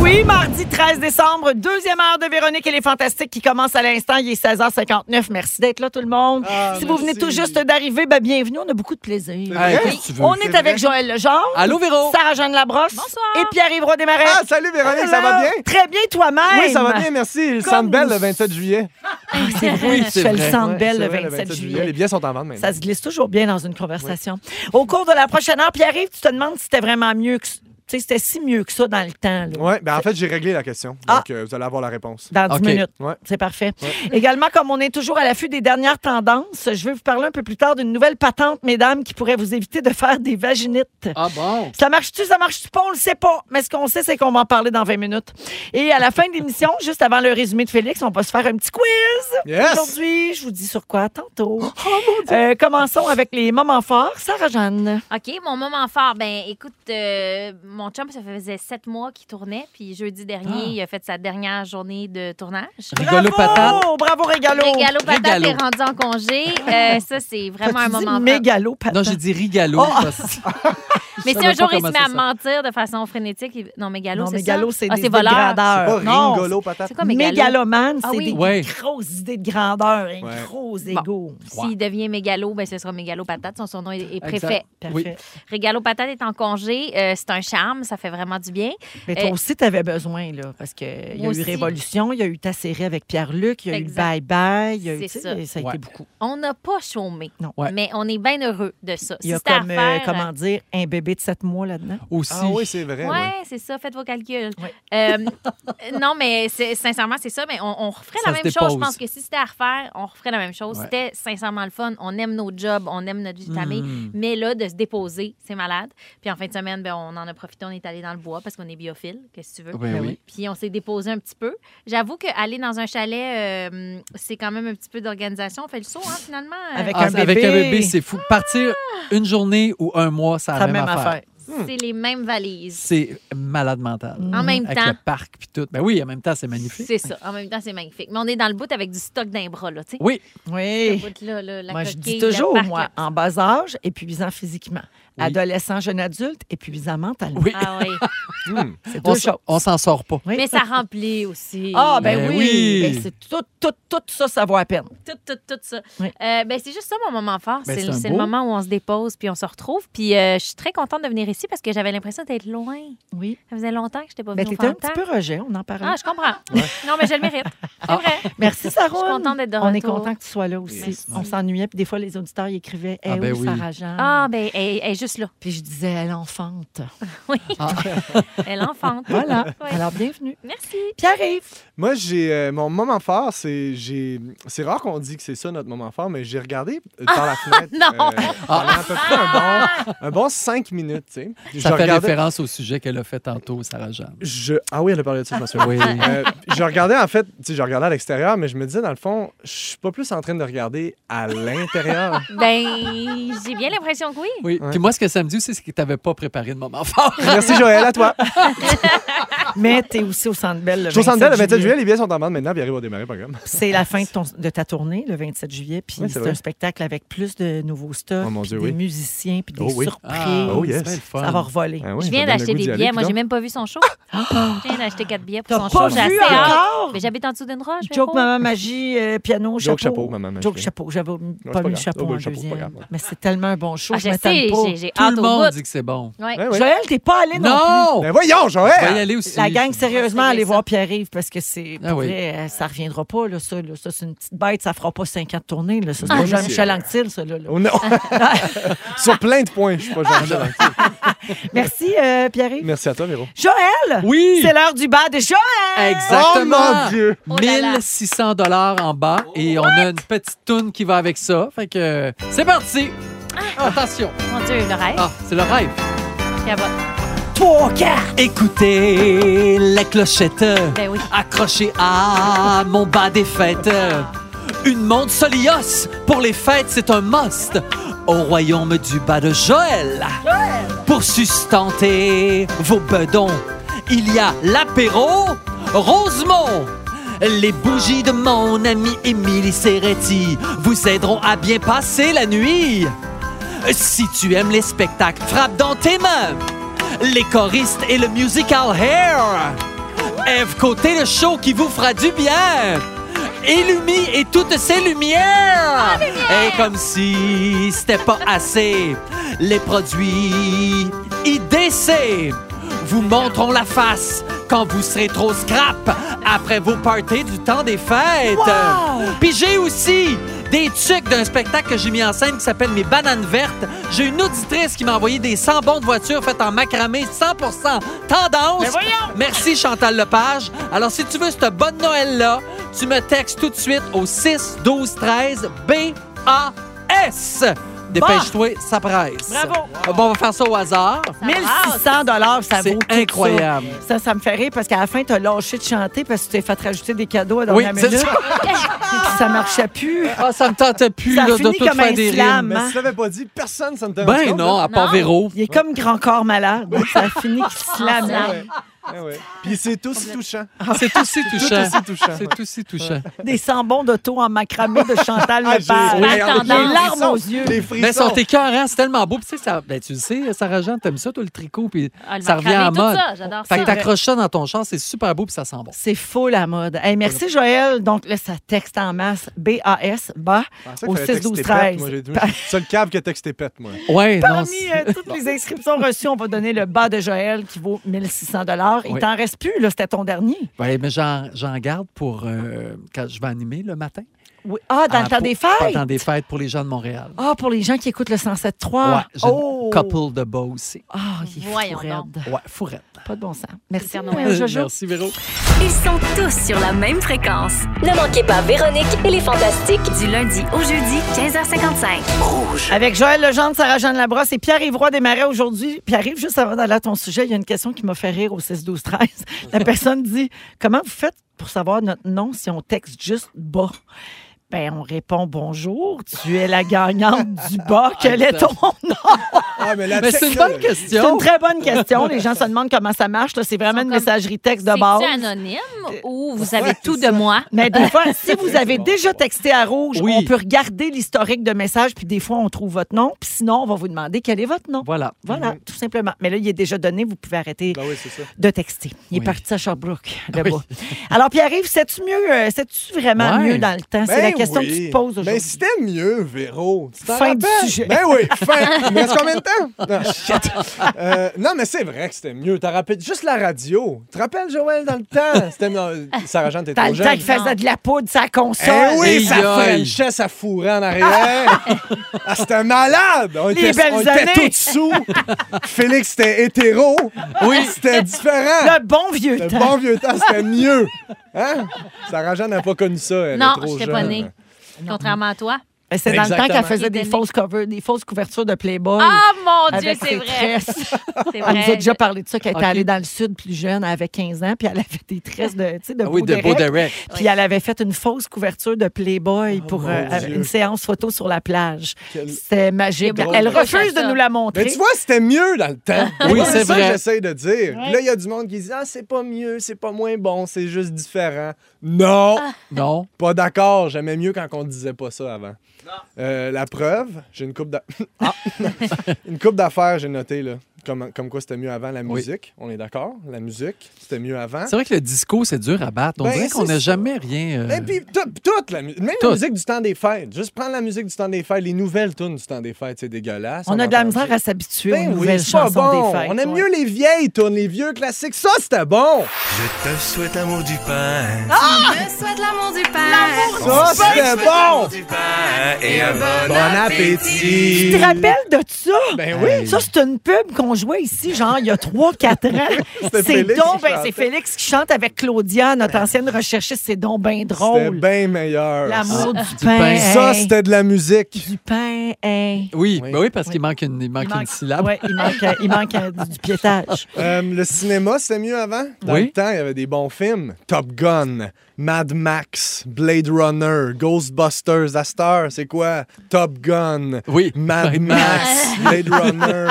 Oui, mardi 13 décembre, deuxième heure de Véronique et les Fantastiques qui commence à l'instant. Il est 16h59. Merci d'être là, tout le monde. Ah, si vous venez tout juste d'arriver, ben, bienvenue. On a beaucoup de plaisir. Hey, qu'est-ce que tu veux? On est avec Joël Legendre. Allô, Véro? Sarah-Jeanne Labrosse. Bonsoir. Et Pierre-Yves Roy Desmarais. Ah, salut Véronique, ça va bien? Très bien toi-même. Oui, ça va bien, merci. Le Comme Centre Bell nous- le 27 juillet. C'est vrai, Oui, tu c'est fais le vrai. centre belle C'est le vrai, 27 Les juillet. billets sont en vente maintenant. Ça se glisse toujours bien dans une conversation. Au cours de la prochaine heure, Pierre-Yves, tu te demandes si c'était vraiment mieux que... Tu sais, c'était si mieux que ça dans le temps. là. Oui, ben en fait, j'ai réglé la question. Ah. Donc, euh, vous allez avoir la réponse. Dans 10 OK. minutes. Ouais. C'est parfait. Également, comme on est toujours à l'affût des dernières tendances, je vais vous parler un peu plus tard d'une nouvelle patente, mesdames, qui pourrait vous éviter de faire des vaginites. Ah bon? Ça marche-tu, ça marche-tu pas? On le sait pas. Mais ce qu'on sait, c'est qu'on va en parler dans 20 minutes. Et à la fin de l'émission, juste avant le résumé de Félix, on va se faire un petit quiz. Yes! Aujourd'hui, je vous dis sur quoi tantôt. Euh, commençons avec les moments forts. Sarah-Jeanne. OK, mon moment fort, ben écoute, euh, mon chum, ça faisait sept mois qu'il tournait, puis jeudi dernier, il a fait sa dernière journée de tournage. Rigolo bravo! patate. Bravo, Régalo! Régalo Patate Régalo. est rendu en congé. Euh, ça, c'est vraiment un T'as-tu dit moment fort. mégalo patate? Non, j'ai dit rigalo. Oh! Mais Je si un savais jour pas il se comment met à ça. mentir de façon frénétique, il- non, mégalo, Non, c'est ça? mégalo, c'est ah, des c'est voleur. C'est dégradeurs. pas euh, Non, ringolo, patate. C'est quoi mégalo? Mégalomane, Ah c'est oui. des Ouais. grosses idées de grandeur, un Ouais. gros égo. S'il devient mégalo, ben, ce sera mégalo patate. Son surnom est, est préfet. Exact. Oui. Parfait. Régalo patate est en congé. Euh, c'est un charme. Ça fait vraiment du bien. Mais toi Eh. aussi, tu avais besoin, là, parce qu'il y a Moi eu aussi. Révolution, il y a eu ta série avec Pierre-Luc, il y a Exact. eu Bye Bye, il y a eu. C'est tu sais, ça. Ça. a Ouais. été beaucoup. On n'a pas chômé, Non. Ouais. mais on est bien heureux de ça. Il y Si a c'était à comme, euh, refaire, comment dire, un bébé de 7 mois là-dedans. Aussi. Ah oui, c'est vrai. Oui, ouais. c'est ça. Faites vos calculs. Ouais. Euh, non, mais c'est- sincèrement, c'est ça. Mais on, on referait Ça la se même chose. Je dépose. pense que si c'était à refaire, on referait la même chose. Ouais. C'était sincèrement le fun. On aime nos jobs, on aime notre vie de famille. Mhm. Mais là, de se déposer, c'est malade. Puis en fin de semaine, ben, on en a profité. On est allé dans le bois parce qu'on est biophile, qu'est-ce que tu veux. Ben oui. Puis on s'est déposé un petit peu. J'avoue qu'aller dans un chalet, euh, c'est quand même un petit peu d'organisation. On fait le saut, hein, finalement. Avec Ah, un bébé. Avec un bébé, c'est fou. Partir une journée ou un mois, ça a Ça Ah, même affaire. C'est les mêmes valises. C'est malade mental. En même Avec temps, le parc puis tout. Ben oui, en même temps, c'est magnifique. c'est ça. En même temps, c'est magnifique. Mais on est dans le bout avec du stock d'un bras, là, tu sais. Oui, Le Oui. bout, là, là, la Moi, je dis coquille, toujours, la barque, moi, hein. là. en bas âge, épuisant physiquement. Oui. Adolescent, jeune adulte, épuisant mentalement. oui. Ah oui. C'est On deux s- choses. on s'en sort pas. Oui. Mais ça remplit aussi. Ah, ben, Ben oui. oui. Ben, c'est tout, tout, tout ça, ça vaut à peine. Tout, tout, tout ça. Oui. Euh, ben, c'est juste ça mon moment fort. Ben, c'est c'est le, un c'est le beau. moment où on se dépose puis on se retrouve. Puis euh, je suis très contente de venir ici parce que j'avais l'impression d'être loin. Oui. Ça faisait longtemps que je n'étais pas Mais venue au Ben, t'étais un petit Fantan. peu rejet, on en parlait. Ah, je comprends. Non, mais je le mérite. C'est vrai. Merci, Sarah. Je suis contente d'être de On est retour. content que tu sois là aussi. Merci. On s'ennuyait, puis des fois, les auditeurs ils écrivaient Eh Ah, ben oui, oui. Sarah Jeanne. Ah, ben, elle, elle est juste là. Puis je disais Elle enfante. Elle enfante. Voilà. Ouais. Alors, bienvenue. Merci. Pierre-Yves. Moi, j'ai euh, mon moment fort, c'est j'ai c'est rare qu'on dit que c'est ça notre moment fort, mais j'ai regardé euh, par la fenêtre euh, non! pendant à peu près un bon un bon cinq minutes, tu sais. Je Ça fait regardais- référence au sujet qu'elle a fait tantôt, Sarah Jeanne. je- ah oui, elle a parlé de ça, je m'en souviens. Oui. Euh, je regardais en fait, tu sais, je regardais à l'extérieur, mais je me disais dans le fond, je suis pas plus en train de regarder à l'intérieur. Ben, j'ai bien l'impression que oui. Oui. Puis moi, ce que ça me dit aussi, c'est que tu n'avais pas préparé de moment fort. Merci Joël, à toi. Ah. Mais t'es aussi au Centre Bell Je le suis au 27 centre Bell, le 27 juillet, les billets sont en vente maintenant, puis arrive au démarrer le programme. C'est la fin de, ton- de ta tournée, le 27 juillet. Puis Oui, c'est c'est vrai. un spectacle avec plus de nouveaux stocks, Oh, mon puis Dieu, des oui. musiciens, puis des Oh, oui. surprises. Ah, oh, Ah, yes. c'est bien le fun. Ça va revoler. Ah oui, je ça viens donne le d'acheter goût des d'y aller, billets. puis Moi, j'ai donc. même pas vu son show. je viens d'acheter quatre billets pour T'as son show. pas J'ai vu assez hâte. encore? Mais j'habite en dessous d'une roche. mais Joke, faut. maman, magie, euh, piano, chapeau. Joke, chapeau, maman, magie. Joke, chapeau. J'avais omis- c'est pas pas mis le grave. chapeau Oh, ben, en le chapeau, c'est pas deuxième. grave, ouais. Mais c'est tellement un bon show. Ah, je je sais, m'étonne pas. j'ai- j'ai Tout hâte le au monde bout. dit que c'est bon. Ah, Ouais. Ouais, ouais. Joël, t'es pas allé non, plus. Non! Ben voyons, Je vais y Joël! aller aussi. La gang, Ça, sérieusement, c'est allez ça. voir Pierre-Yves parce que c'est. Ah pour oui. vrai, euh, ça reviendra pas, là, ça. là. Ça, c'est une petite bête, ça fera pas 50 tournées. Là. Ça, c'est Non, pas monsieur. Jean-Michel Anctil, ça. Là, là. Ah, Oh non! Sur plein de points, je suis pas Jean-Michel. Merci, euh, Pierre-Yves. Merci à toi, Véro. Joël! Oui! C'est l'heure du bas de Joël! Oh Exactement! mon Dieu! Oh là Oh, là. 1600 dollars en bas et on a une petite toune qui va avec ça. Fait que euh, c'est parti. Ah. Attention. Mon Dieu, le rêve. Hein? Ah, c'est le rêve. Ça va. Trois quarts! Écoutez la clochette Ben oui. accrochée à mon bas des fêtes. Une montre Solios pour les fêtes, c'est un must. Au royaume du bas de Joël. Pour sustenter vos bedons, il y a l'apéro Rosemont. Les bougies de mon ami Émilie Serretti vous aideront à bien passer la nuit. Si tu aimes les spectacles, frappe dans tes mains. Les choristes et le musical hair. Eve Côté, le show qui vous fera du bien. Illumie et toutes ses lumières. et comme si c'était pas assez, les produits IDC vous montreront la face quand vous serez trop scrap après vos parties du temps des fêtes. Puis j'ai aussi des trucs d'un spectacle que j'ai mis en scène qui s'appelle Mes bananes vertes. J'ai une auditrice qui m'a envoyé des 100 bons de voiture faites en macramé 100% tendance. Merci Chantal Lepage. Alors si tu veux cette bonne Noël là, tu me textes tout de suite au 6 12 13 B A S. Dépêche-toi, ça presse. Bravo. Bon, on va faire ça au hasard. 1600 dollars, ça Ah, C'est vaut tout incroyable. Ça. ça, ça me fait rire parce qu'à la fin, t'as lâché de chanter parce que tu t'es fait rajouter des cadeaux à la Oui, dernière c'est minute. ça. ça marchait plus. Ah, ça me tentait plus Ça là, de finit tout comme faire un des slam. rimes. Mais si tu l'avais pas dit, personne ça ne t'aurait Ben non, à part Non. Véro. Il est comme grand corps malade. Donc ça finit qu'il se lame. Ben Puis c'est aussi touchant. C'est aussi touchant. aussi touchant. C'est aussi touchant. Des sambons d'auto en macramé de Chantal Ah, Lepage. j'ai- oui. regarde, Les des larmes frissons, aux yeux. Des Mais frissons. son écœurant, c'est tellement beau. Puis, tu sais, ça, ben, tu le sais, Sarah Jeanne, t'aimes ça, toi, le tricot, puis Ah, le ça revient macramé, en tout mode. ça, j'adore fait ça. que t'accroches ça dans ton char, c'est super beau, puis ça sent bon. C'est faux la mode. Hey, merci Joël. Donc là, ça texte en masse. B-A-S, bas, Ah, C'est au vrai qu'il fallait 6 12 texter pète, moi, 13 j'ai- moi, C'est le câble qui a texté pète, moi. Ouais, non. Parmi c'est- euh, toutes les inscriptions reçues, on va donner le bas de Joël qui vaut 1600 dollars. Il Oui. t'en reste plus, là, c'était ton dernier. Ouais, mais j'en j'en garde pour euh, quand je vais animer le matin. Oui. Ah, dans Ah, le temps pour- des Dans le fêtes? temps des fêtes pour les gens de Montréal. Ah, pour les gens qui écoutent le 107.3. Ouais, j'ai oh. une couple de beaux aussi. Ah, il est fou Voyons raide. Ouais, fourrette. Pas de bon sens. Merci, Père Noël Jojo. Merci, Véro. Ils sont tous sur la même fréquence. Ne manquez pas Véronique et les Fantastiques. Du lundi au jeudi, 15h55. Avec Joël Legendre, Sarah-Jeanne Labrosse et Pierre-Yves Roy Desmarais aujourd'hui. Pierre-Yves, juste avant d'aller à ton sujet, il y a une question qui m'a fait rire au 6-12-13. La personne dit « Comment vous faites pour savoir notre nom si on texte juste « bas » Ben, on répond « Bonjour, tu es la gagnante du bas, quel est ton nom? » Ah, mais la Mais c'est une techno- bonne C'est une question. très bonne question. Les gens se demandent comment ça marche. là. C'est vraiment une comme- messagerie texte de base. C'est anonyme ou vous avez tout de moi? Mais des fois, si vous avez déjà texté à rouge, Oui. on peut regarder l'historique de messages, puis des fois, on trouve votre nom. Puis sinon, on va vous demander quel est votre nom. Voilà. Voilà, tout simplement. Mais là, il est déjà donné, vous pouvez arrêter Mhm. Ben oui, c'est ça. de texter. Il est Oui. parti à Sherbrooke, là-bas. Alors, Pierre-Yves, sais-tu mieux, euh, sais-tu vraiment Ouais. mieux dans le temps? C'est Ben la question que tu oui. te poses Ben, aujourd'hui. c'était mieux, Véro. Tu t'en Fin du rappelles? sujet. Ben oui, fin. Il me reste combien de temps? Non, shit. Euh, non, mais c'est vrai que c'était mieux. T'as rappelé juste la radio. Tu te rappelles, Joël, dans le temps? C'était... non, Sarah Jeanne, t'es Dans trop le temps jeune. qu'il faisait de la poudre, sa console. Eh Et oui, ça yoï. frenchait, ça fourrait en arrière. ah, c'était malade! On Les était, belles on était années. tous sous. Félix, c'était hétéro. Oui. C'était différent. Le bon vieux Le temps. bon vieux temps, c'était mieux. Hein? Sarah Jeanne n'a pas connu ça. Elle Non, est trop j'étais jeune. pas née. Contrairement à toi. Mais Ben, C'est dans le temps qu'elle Exactement. faisait Il des était né. fausses covers, des fausses couvertures de Playboy. Ah mon Dieu, avec c'est ses vrai. tresses. Ah, C'est Elle nous a vrai. déjà parlé de ça, qu'elle était Ok. allée dans le sud plus jeune, elle avait 15 ans, puis elle avait des tresses de, tu sais, de Ah Oui, peau de d'érec. Beau Derek. Puis elle avait fait une fausse couverture de Playboy pour euh, Oh Dieu. une séance photo sur la plage. Quel- C'était magique. C'est drôle. Elle Je refuse cherche de ça. nous la Mais montrer. tu vois, c'était mieux dans le temps. Oui, c'est ça vrai. que j'essaie de dire. Puis Là, il y a du monde qui dit Ah, c'est pas mieux, c'est pas moins bon, c'est juste différent. Non, Non. pas d'accord. J'aimais mieux quand on disait pas ça avant. Euh, la preuve, j'ai une coupe d'a- Ah! une coupe d'affaires, j'ai noté là. Comme, comme quoi c'était mieux avant la Oui. musique, on est d'accord? La musique, c'était mieux avant. C'est vrai que le disco, c'est dur à battre. On Ben, dirait qu'on c'est n'a ça. jamais rien. euh, Ben, Et puis, tout- toute la musique, même Tout. la musique du temps des fêtes. Juste prendre la musique du temps des fêtes, les nouvelles tunes du temps des fêtes, c'est dégueulasse. on a de la entend- misère à s'habituer Ben aux oui, nouvelles c'est pas chansons bon. des fêtes. On aime ouais. mieux les vieilles tunes, les vieux classiques. Ça, c'était bon. Je te souhaite l'amour du pain. Ah! Je souhaite l'amour du Père. Ça, c'était bon. Du pain et un bon, Tu appétit. te rappelles de ça? Ben oui. Ça, c'est une pub qu'on jouait ici, genre, il y a 3-4 ans. C'était C'est Félix donc, qui ben, c'est chantait. Félix qui chante avec Claudia, notre ancienne recherchiste. C'est donc bien C'était drôle. bien meilleur. L'amour du, du pain. pain. hey. Ça, c'était de la musique. Du pain, hey. Oui, Oui. ben oui parce qu'il manque une, il manque une syllabe. Ouais, il manque, euh, il manque euh, du, du piétage. Euh, le cinéma, c'était mieux avant. Dans Oui. le temps, il y avait des bons films. Top Gun, Mad Max, Blade Runner, Ghostbusters, Astor, c'est quoi? Top Gun, Oui. Mad Ben, Max, Blade Runner.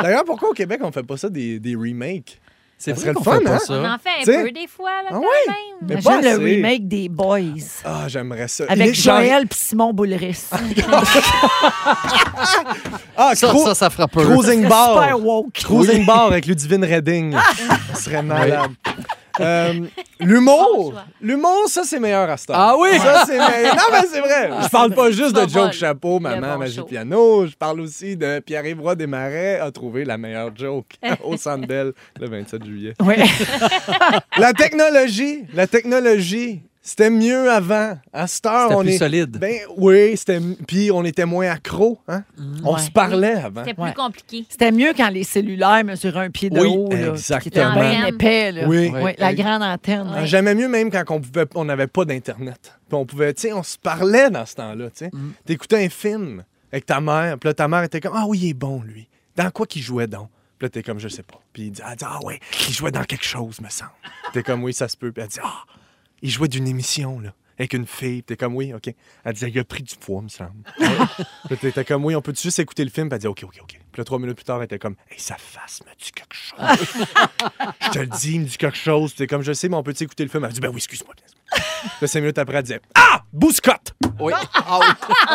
D'ailleurs, pourquoi au Québec, on fait pas ça des, des remakes? C'est Ça vrai serait qu'on le fun, fait pas hein? On ça. en fait un T'sais? peu des fois, là, Ah quand ouais? même. Mais pas Imagine le assez. remake des Boys Ah, j'aimerais ça. avec Les- j'en- Joël et Simon Boulris. Ah, Ça, Cro- ça, ça fera peur. Cruising Bar. Super woke. Ah. Cruising Bar avec Ludivine Redding. Ce serait malade. Euh, l'humour. L'humour, ça, c'est meilleur à ce Ah oui? Ça, c'est meilleur. Non, mais c'est vrai. Je parle pas juste de Bon joke bol. chapeau, maman, bon magie show. piano. Je parle aussi de Pierre-Yves Roy Desmarais a trouvé la meilleure joke au Centre Bell le 27 juillet. Oui. La technologie. La technologie. C'était mieux avant. À cette heure, C'était on plus est... solide. Ben oui, c'était... Puis on était moins accro, hein? On Ouais. se parlait avant. C'était Ouais. plus compliqué. C'était mieux quand les cellulaires mesuraient un pied de Oui, haut. là, exactement. Qui était bien épais. Là. Oui. Ouais, la grande antenne. Ah, J'aimais mieux même quand on pouvait, on n'avait pas d'internet. Puis on pouvait, tu sais, on se parlait dans ce temps-là, tu sais. T'écoutais un film avec ta mère, puis là ta mère était comme ah oui il est bon lui. Dans quoi qu'il jouait donc? Puis là t'es comme je sais pas. Puis il dit elle dit, ah ouais il jouait dans quelque chose me semble. t'es comme oui ça se peut. Puis elle dit ah il jouait d'une émission là. Avec une fille, Puis t'es comme oui, ok. Elle disait, il a pris du poids, me semble. Ouais. Puis t'es t'es comme oui, on peut juste écouter le film, puis elle dit ok, ok, ok. Puis là, trois minutes plus tard, elle était comme, hey, sa face me dit quelque chose je te le dis, il me dit quelque chose. T'es comme, je sais, mais on peut écouter le film? Elle dit, ben oui, excuse-moi. Là, cinq minutes après, elle disait, ah, Bouscotte! Oui. Ah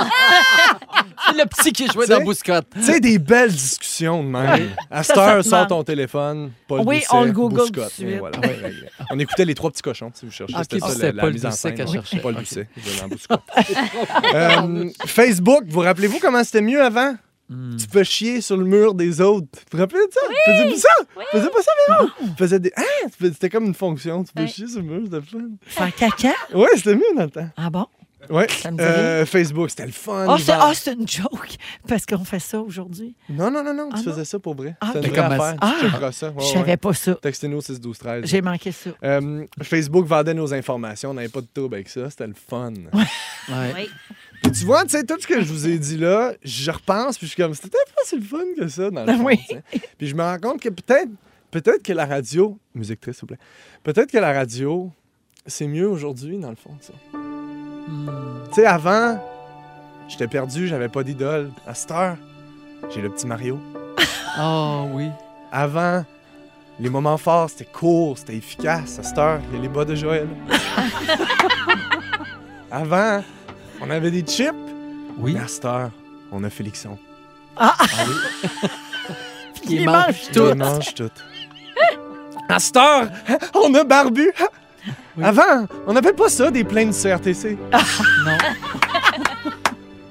le petit qui jouait dans T'sais? Bouscotte. Tu sais, des belles discussions de même. À cette Ça, ça heure, te sors manque. ton téléphone, Paul Oui, Doucet, on le google Bouscotte. tout de Et suite. Ah, voilà, ouais, réglé. on écoutait Les Trois Petits Cochons, si vous cherchez. Ok, C'était ça, c'était la- la Paul mise en Doucet scène. qu'elle Oui. cherchait. Paul Ok. Doucet, je vais dans Bouscotte. Euh, Facebook, vous rappelez-vous comment c'était mieux avant? Hmm. Tu peux chier sur le mur des autres. Vous vous rappelez de ça? Tu faisais plus ça? Tu faisais pas ça, mais non! Tu faisais des. Hein? Tu fais- C'était comme une fonction. Tu peux Ouais. chier sur le mur, c'était le fun. Faire caca? Ouais, c'était mieux dans le temps. Ah bon? Ouais. Ça me dit Euh, Facebook, c'était le fun. Ah, c'est Val- ah, c'est une joke. Parce qu'on fait ça aujourd'hui. Non, non, non, non, tu Ah, non. faisais ça pour vrai. Ah, C'était ok. une vraie Comme affaire. Ah. Tu checkeras ça. Ouais, Je ouais. savais pas ça. Textez-nous au 6 12 13. J'ai manqué ça. Euh, Facebook vendait nos informations, on n'avait pas de trouble avec ça, c'était le fun. Ouais. Oui. Et tu vois, tu sais, tout ce que je vous ai dit là, je repense, puis je suis comme, c'était pas si le fun que ça, dans le fond, Oui. tu sais. Puis je me rends compte que peut-être, peut-être que la radio, musique triste, s'il vous plaît, peut-être que la radio, c'est mieux aujourd'hui, dans le fond, tu sais. Tu sais, avant, j'étais perdu, j'avais pas d'idole. À cette heure, j'ai le petit Mario. Ah oui. Avant, les moments forts, c'était court, c'était efficace. À cette heure, il y a les bas de Joël. Avant, on avait des chips. Oui. Mais à cette heure, on a Félixon. Il, Il mange mange Il tout. mange tout. À cette heure, on a barbu. Avant, on n'appelait pas ça des plaintes du CRTC. Non.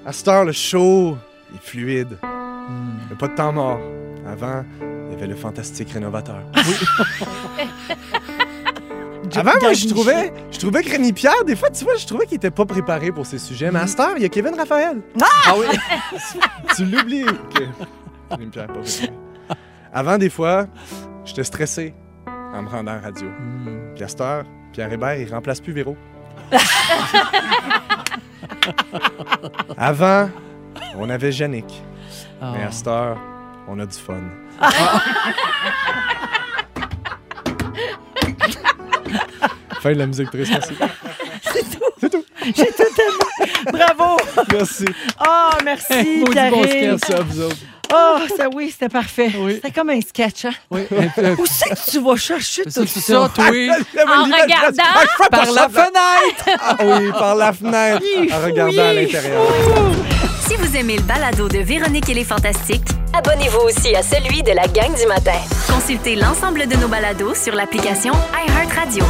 À cette heure, le show est fluide. Il n'y a pas de temps mort. Avant, il y avait le fantastique rénovateur. Avant, moi, je trouvais, je trouvais que Rémi Pierre, des fois, tu vois, je trouvais qu'il était pas préparé pour ces sujets. Mais à cette heure, il y a Kevin Raphaël. Ah oui. tu l'oublies. que Rémi Pierre, pas préparé. Avant, des fois, j'étais stressé en me rendant à la radio. Hmm. Puis à cette heure, Pierre Hébert, il remplace plus Véro. Avant, on avait Yannick. Ah. Mais à cette heure, on a du fun. fin de la musique triste, merci. Bravo! Merci. Ah, merci, Maudit bon Karine. Merci à vous autres. Ah, ça oui, c'était parfait. C'était comme un sketch. Hein? Oui. Et puis, euh, Où c'est que tu vas chercher tout C'est ça? tout ça, oui. En regardant, Par la fenêtre. Ah oui, par la fenêtre, en regardant à l'intérieur. Si vous aimez le balado de Véronique et les Fantastiques, Abonnez-vous aussi à celui de la gang du matin. consultez l'ensemble de nos balados sur l'application iHeartRadio.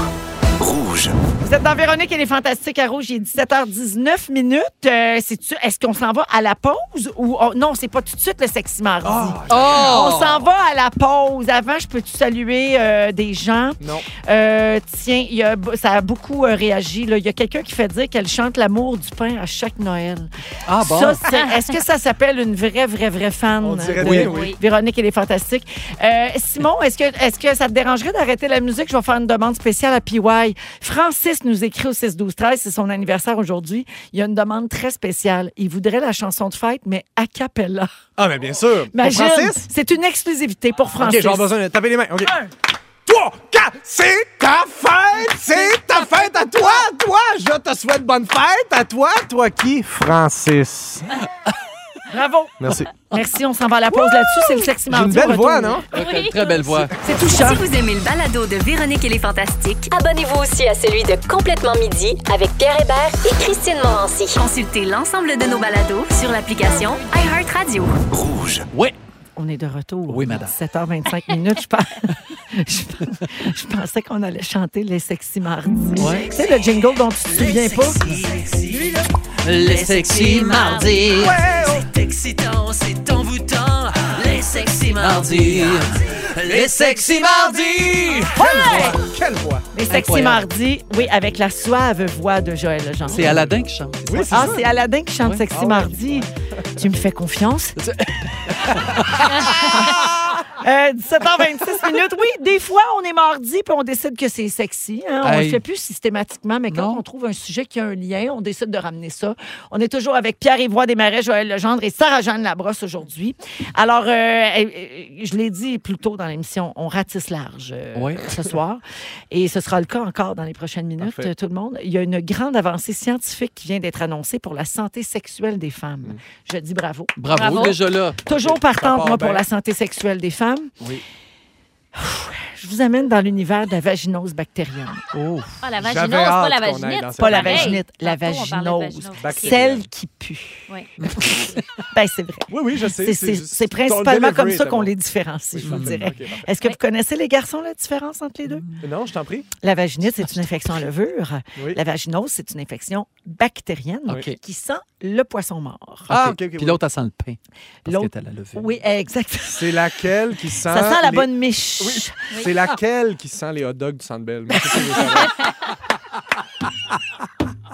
Vous êtes dans Véronique et les Fantastiques à Rouge. Il est 17h19 minutes. Euh, c'est-tu- Est-ce qu'on s'en va à la pause ou on- non, c'est pas tout de suite le sexy mardi. On Oh. s'en va à la pause. Avant, je peux-tu saluer euh, des gens? Non. Euh, tiens, il y a b- ça a beaucoup euh, réagi. là. Il y a quelqu'un qui fait dire qu'elle chante l'amour du pain à chaque Noël. Ah bon. Ça, c'est- Est-ce que ça s'appelle une vraie, vraie, vraie fan? euh, On dirait de bien, oui. Véronique, elle est fantastique. Euh, Simon, est-ce que, est que ça te dérangerait d'arrêter la musique? Je vais faire une demande spéciale à PY. Francis nous écrit au 6-12-13, c'est son anniversaire aujourd'hui. Il y a une demande très spéciale. Il voudrait la chanson de fête, mais a cappella. Ah, mais bien sûr. Pour Imagine, Francis? c'est une exclusivité pour Ok, Francis. j'aurais besoin de taper les mains. Ok. 3, 4, c'est ta fête! C'est ta fête à toi! Toi, je te souhaite bonne fête! À toi, toi qui? Francis. Bravo. Merci. Merci, on s'en va à la pause là-dessus. C'est le sexy J'ai une mardi. belle Retour. voix, non? T'as une très belle voix. C'est touchant. Si vous aimez le balado de Véronique et les Fantastiques, Abonnez-vous aussi à celui de Complètement Midi avec Pierre Hébert et Christine Morancy. consultez l'ensemble de nos balados sur l'application iHeartRadio. Ouais. On est de retour. Oui, madame. 7h25 minutes. Je, pense- je pense- je pensais qu'on allait chanter Les Sexy Mardis. Ouais. Tu sais, le jingle dont tu te souviens pas. Les sexy mardis. C'est excitant, c'est envoûtant. Les sexy mardis. Les sexy mardis. Quelle voix! Les Sexy Incroyable. Mardis, oui, avec la suave voix de Joël Legendre. C'est Aladdin qui chante. Oui, c'est Ah, ça. c'est Aladdin qui chante Ouais. Sexy Mardi. Tu me fais confiance? Euh, 17h26 minutes. Oui, des fois, on est mardi puis on décide que c'est sexy. hein. On ne Hey. le fait plus systématiquement, mais quand Non. on trouve un sujet qui a un lien, on décide de ramener ça. On est toujours avec Pierre-Yvois Desmarais, Joël Legendre et Sarah-Jeanne Labrosse aujourd'hui. Alors, euh, euh, je l'ai dit plus tôt dans l'émission, on ratisse large euh, Oui. ce soir. Et ce sera le cas encore dans les prochaines minutes, Parfait. euh, tout le monde. Il y a une grande avancée scientifique qui vient d'être annoncée pour la santé sexuelle des Mm. femmes. Je dis bravo. Bravo, Bravo. déjà là. Toujours Ça partante, part moi, pour bien. la santé sexuelle des femmes. Oui. Ouf, Je vous amène dans l'univers de la vaginose bactérienne. Ah, la J'avais vaginose, pas la hâte qu'on aille vaginite. dans c'est cette- Pas la pareil. vaginite, la Tantôt, on parlait de vaginose. Bactérie. Celle qui pue. Oui. Ben, c'est vrai. Oui, oui, je sais. C'est- C'est juste- c'est ton principalement delivery comme ça était qu'on bon. les différencie, je vous parfait. dirais. Ok, parfait. Est-ce que Oui. vous connaissez, les garçons, la différence entre les deux? Non, je t'en prie. La vaginite, c'est une infection à levure. Oui. La vaginose, c'est une infection bactérienne OK. qui sent le poisson mort. Ah, OK. ok, ok, Puis oui. l'autre, elle sent le pain. Parce L'autre- que t'as la levée. Oui, exactement. C'est laquelle qui sent. Ça sent la les- bonne Ah. miche. C'est laquelle qui sent les hot dogs du Centre Bell. Moi, c'est ça que je veux savoir.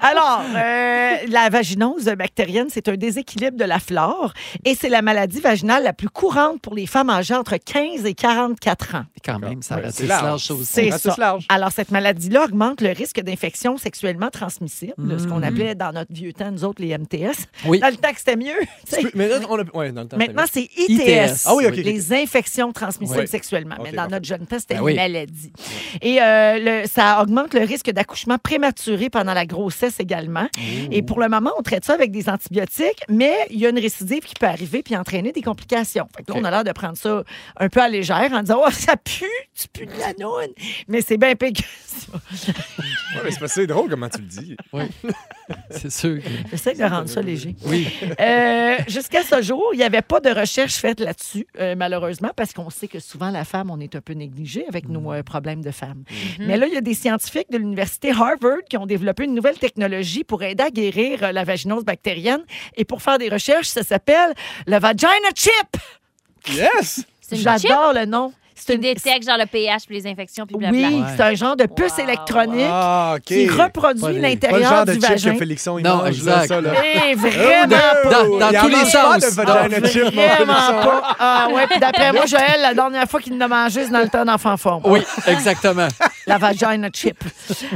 Alors, euh, la vaginose bactérienne, c'est un déséquilibre de la flore et c'est la maladie vaginale la plus courante pour les femmes âgées entre 15 et 44 ans. Quand même, ça Ouais, ratisse c'est large. large, ça aussi. C'est ratisse ça. large. Alors, cette maladie-là augmente le risque d'infection sexuellement transmissible, ce qu'on appelait dans notre vieux temps, nous autres, les MTS. Oui. Dans le temps que c'était mieux. tu sais. Tu peux- Mais là, on a. Ouais, dans le temps, Maintenant, c'est ITS. ITS. Ah oui, OK, Les infections transmissibles Oui. sexuellement. OK, Mais dans parfait. notre jeune temps, c'était Ben une oui. maladie. Et euh, le- ça augmente le risque d'accouchement prématuré pendant la grossesse également. Et pour le moment, on traite ça avec des antibiotiques, mais il y a une récidive qui peut arriver puis entraîner des complications. Fait que là, OK. on a l'air de prendre ça un peu à la légère en disant Oh, ça pue, tu pues de la noune. Mais c'est bien pire que ça. c'est- Ouais, mais c'est parce que c'est drôle comment tu le dis. C'est sûr. que- J'essaie de rendre ça léger. Oui. Euh, Jusqu'à ce jour, il n'y avait pas de recherche faite là-dessus, euh, malheureusement, parce qu'on sait que souvent, la femme, on est un peu négligé avec Mm. nos euh, problèmes de femmes. Mhm. Mais là, il y a des scientifiques de l'Université Harvard qui ont développé une nouvelle technologie pour aider à guérir euh, la vaginose bactérienne. Et pour faire des recherches, ça s'appelle le Vagina Chip. Yes! C'est une chip J'adore le nom. C'est qui une- détecte genre le pH puis les infections puis Oui, blablabla. c'est un genre de puce Wow. électronique Ah, OK. qui Pas reproduit des- Pas le genre l'intérieur de du chip que vagin. Félixon il Non, mange, là, exact. ça, là. Et vraiment Oh, pas. Dans- dans il en tous les mange pas de sens. vagina chip, mon Vraiment Félixon. pas. Ah ouais, puis d'après moi, Joël, la dernière fois qu'il en a mangé, c'est dans le temps d'enfant forme. Oui, exactement. La vagina chip.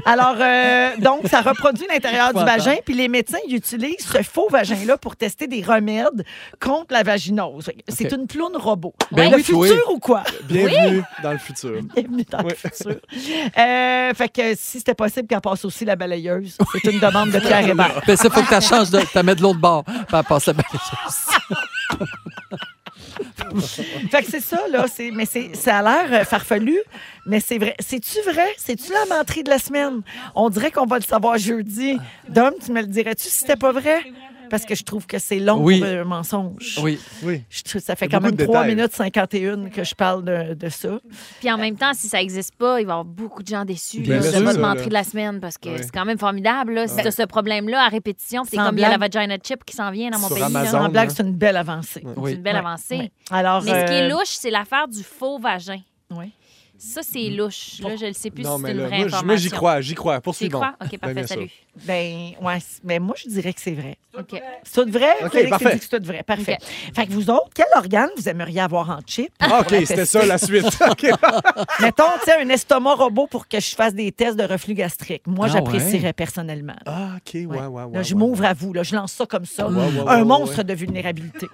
Alors, euh, donc, ça reproduit l'intérieur du vagin, puis les médecins ils utilisent ce faux vagin-là pour tester des remèdes contre la vaginose. C'est OK. une clown robot. Ben le oui, futur oui. ou quoi? Bienvenue dans le futur. Bienvenue dans le Oui. futur. Euh, fait que si c'était possible qu'elle passe aussi la balayeuse, c'est une demande de Pierre Hébert. Ben, ça, faut que tu changes, de, tu de l'autre bord. Puis elle passe la balayeuse. Fait que c'est ça, là. c'est- Mais c'est- ça a l'air euh, farfelu, mais c'est vrai. C'est-tu vrai? C'est-tu la menterie de la semaine? On dirait qu'on va le savoir jeudi. Dom, tu me le dirais-tu si c'était pas vrai? Parce que je trouve que c'est long Oui. pour un mensonge. Oui. Oui. Je trouve- ça fait Il y a quand même beaucoup de 3 détails. minutes 51 que je parle de, de ça. Puis en même temps, si ça n'existe pas, il va y avoir beaucoup de gens déçus Bien là, de sûr, votre ça, là. menterie de la semaine parce que Ouais. c'est quand même formidable. Là, si t'as ce problème-là à répétition, c'est Sans comme il y a la blague. vagina chip qui s'en vient dans mon Sur pays. là. Amazon. Sans Zone, blague, hein. c'est une belle avancée. C'est une belle Ouais, avancée. ouais. Alors, Mais ce qui est euh, louche, c'est l'affaire du faux vagin. ouais. Ça, c'est louche. Là, je ne sais plus Non, si mais c'est une là, vraie moi, j- information. moi, j'y crois, j'y crois. Tu y Poursuivons. crois? OK, Ben, parfait, bien sûr. salut. Ben, ouais, c- mais moi, je dirais que c'est vrai. OK. C'est tout de vrai? OK, Félix, parfait. tu dis que c'est tout de vrai. Parfait. Fait que vous autres, quel organe vous aimeriez avoir en chip? Ah, OK, c'était ça la suite. OK. Mettons, tu sais, un estomac robot pour que je fasse des tests de reflux gastrique. Moi, Ah j'apprécierais ouais. personnellement. Ah, OK, ouais, ouais, ouais. Là, je ouais, m'ouvre ouais. à vous. Là, je lance ça comme ça. Ouais, ouais, un ouais, monstre ouais. de vulnérabilité.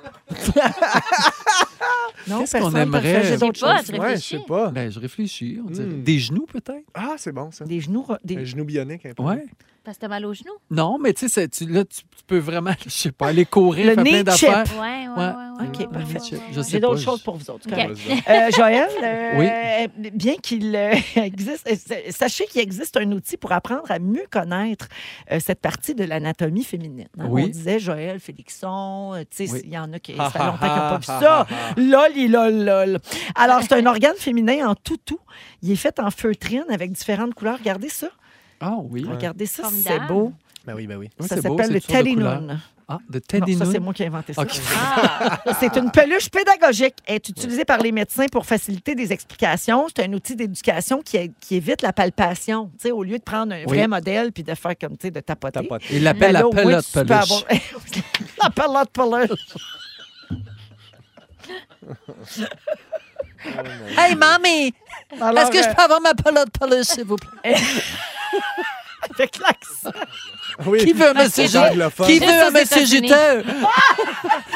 non, Qu'est-ce personne, qu'on aimerait? parfait, j'ai Je d'autres sais pas, choses. tu Ouais, je sais pas. Ben, je réfléchis. On dirait. Hmm. Des genoux, peut-être? Ah, c'est bon, ça. Des genoux, ro- des, Un genou bionique. un peu. Ouais. Parce que t'as mal aux genoux. Non, mais tu sais, c'est- tu- là, tu, tu peux vraiment, je sais pas, aller courir, Le faire plein knee d'affaires. Ouais, ouais, ouais. Ouais. ouais, OK, ouais, parfait. ouais, ouais, Je ouais. sais J'ai d'autres pas, choses je- pour vous autres. c'est Ok. correct. Euh, Joël, euh, bien qu'il euh, existe, euh, sa- sachez qu'il existe un outil pour apprendre à mieux connaître euh, cette partie de l'anatomie féminine. hein. Oui. On disait Joël, Félixon, euh, tu sais, Oui. il y en a qui, Ah, ça fait longtemps qu'ils ah, n'ont pas ah, vu ah, ça. ah, ah. Lol, il lol, lol. Alors, c'est un organe féminin en toutou. Il est fait en feutrine avec différentes couleurs. Regardez ça. Ah oui. Regardez ça, c'est Formidable. beau. Ben oui, ben oui. Oui, ça c'est beau, s'appelle c'est le toutes sortes de Teddy couleurs. Noon. Ah, de Non, Teddy ça, c'est Noon. moi qui ai inventé ça. Ok. C'est une peluche pédagogique. Elle est utilisée par les médecins pour faciliter des explications. C'est un outil d'éducation qui, é- qui évite la palpation. Tu sais, au lieu de prendre un vrai modèle puis de faire comme, tu sais, de tapoter. Tapote. Il Ben l'appelle là, la au moins, pelote tu peux peluche. avoir- la pelote peluche. Hey, mamie, Alors, est-ce que je peux avoir ma pelote peluche, s'il vous plaît? euh, avec l'accent. Oui. Qui veut un monsieur Les anglophones. juteux? Qui veut Juste un aux monsieur États-Unis. juteux?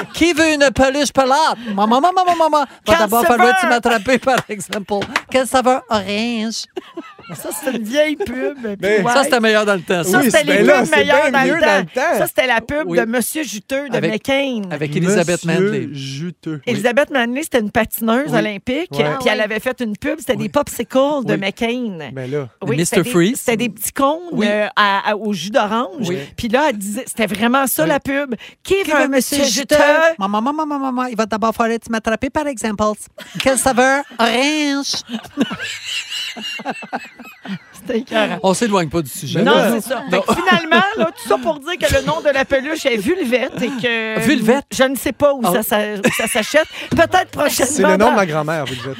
Qui veut une peluche pelote? Maman, maman, maman, maman. Va Quelle d'abord falloir saveur? tu m'attrapes, par exemple. Quelle saveur orange? Ça, c'est une vieille pub. puis Mais- ouais. Ça, c'était meilleur dans le temps. ça. Ça, Oui, c'était ben les là, pubs c'est meilleures bien dans mieux le, dans le temps. temps. Ça, c'était la pub Oui. de Monsieur Juteux de Avec- McCain. Avec Elizabeth Monsieur Manley. juteux. Elisabeth Manley, c'était une patineuse Oui. olympique. Ouais. Ah Puis elle avait fait une pub, c'était des popsicles de Oui. McCain. Ben là. Mr. c'était des- Freeze. C'était des petits cônes Oui. euh, à- à- au jus d'orange. Oui. Puis là, elle disait, c'était vraiment ça la pub. Qui Qui veut un monsieur juteux? Maman, maman, maman, maman, il va d'abord falloir tu m'attraper, par exemple. Quelle saveur orange? C'était écœurant. On s'éloigne pas du sujet. Non, là. c'est ça. Fait que finalement, là, tout ça pour dire que le nom de la peluche est Vulvette et que. Vulvette? Je ne sais pas où Ah. ça, s'a- où ça s'achète. Peut-être prochainement. C'est le nom dans- de ma grand-mère, Vulvette.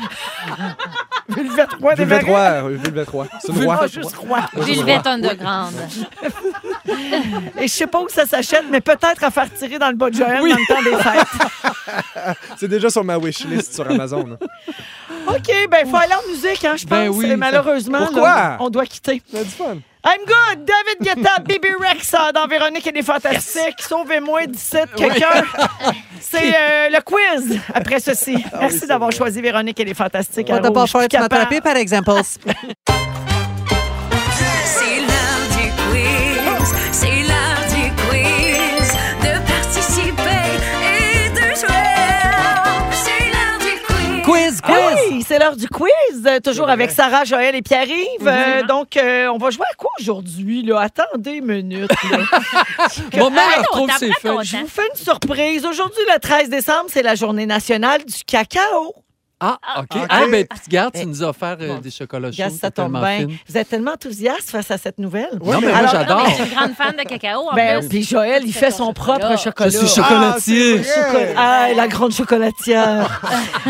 Vulvette Roy des Vulvette Marais. Roy. euh, Vulvette Roy. C'est une Ah, roi. juste Roy. Gilbert Underground. Et je sais pas où ça s'achète, mais peut-être à faire tirer dans le bas de Joël dans le temps des fêtes. C'est déjà sur ma wishlist sur Amazon. OK, ben faut aller en musique, hein, je pense. Ben oui, Et malheureusement, Pourquoi? là, on doit quitter. C'est du fun. I'm good! David Guetta, Bibi Rex euh, dans Véronique et les Fantastiques. Sauvez-moi 17, quelqu'un. C'est euh, le quiz après ceci. Ah Merci d'avoir choisi Véronique et les Fantastiques. Va à d'abord Rouge. falloir tu Puis capable- m'attraper, par exemple. C'est l'heure du quiz, c'est l'heure du quiz, de participer et de jouer. C'est l'heure du quiz. quiz, quiz. Ah oui, c'est l'heure du quiz, euh, toujours avec Sarah, Joël et Pierre-Yves. Euh, donc, euh, on va jouer à quoi aujourd'hui? là? Attendez une minute. là. Mon mère Ah non, retrouve t'as ses pas feuilles. ton Je vous fais une surprise. Aujourd'hui, le 13 décembre, c'est la journée nationale du cacao. Ah, OK. Ah, ben, petite garde, tu nous as offert euh, Bon. des chocolats chauds. Regarde, ça c'est tombe tellement bien. fine. Vous êtes tellement enthousiaste face à cette nouvelle. Non, mais moi, Alors- Non, mais j'adore. je suis une grande fan de cacao, en Ben, plus. puis Joël, il fait son propre Je chocolat. suis chocolatier. Chocolat. Ah, la grande chocolatière.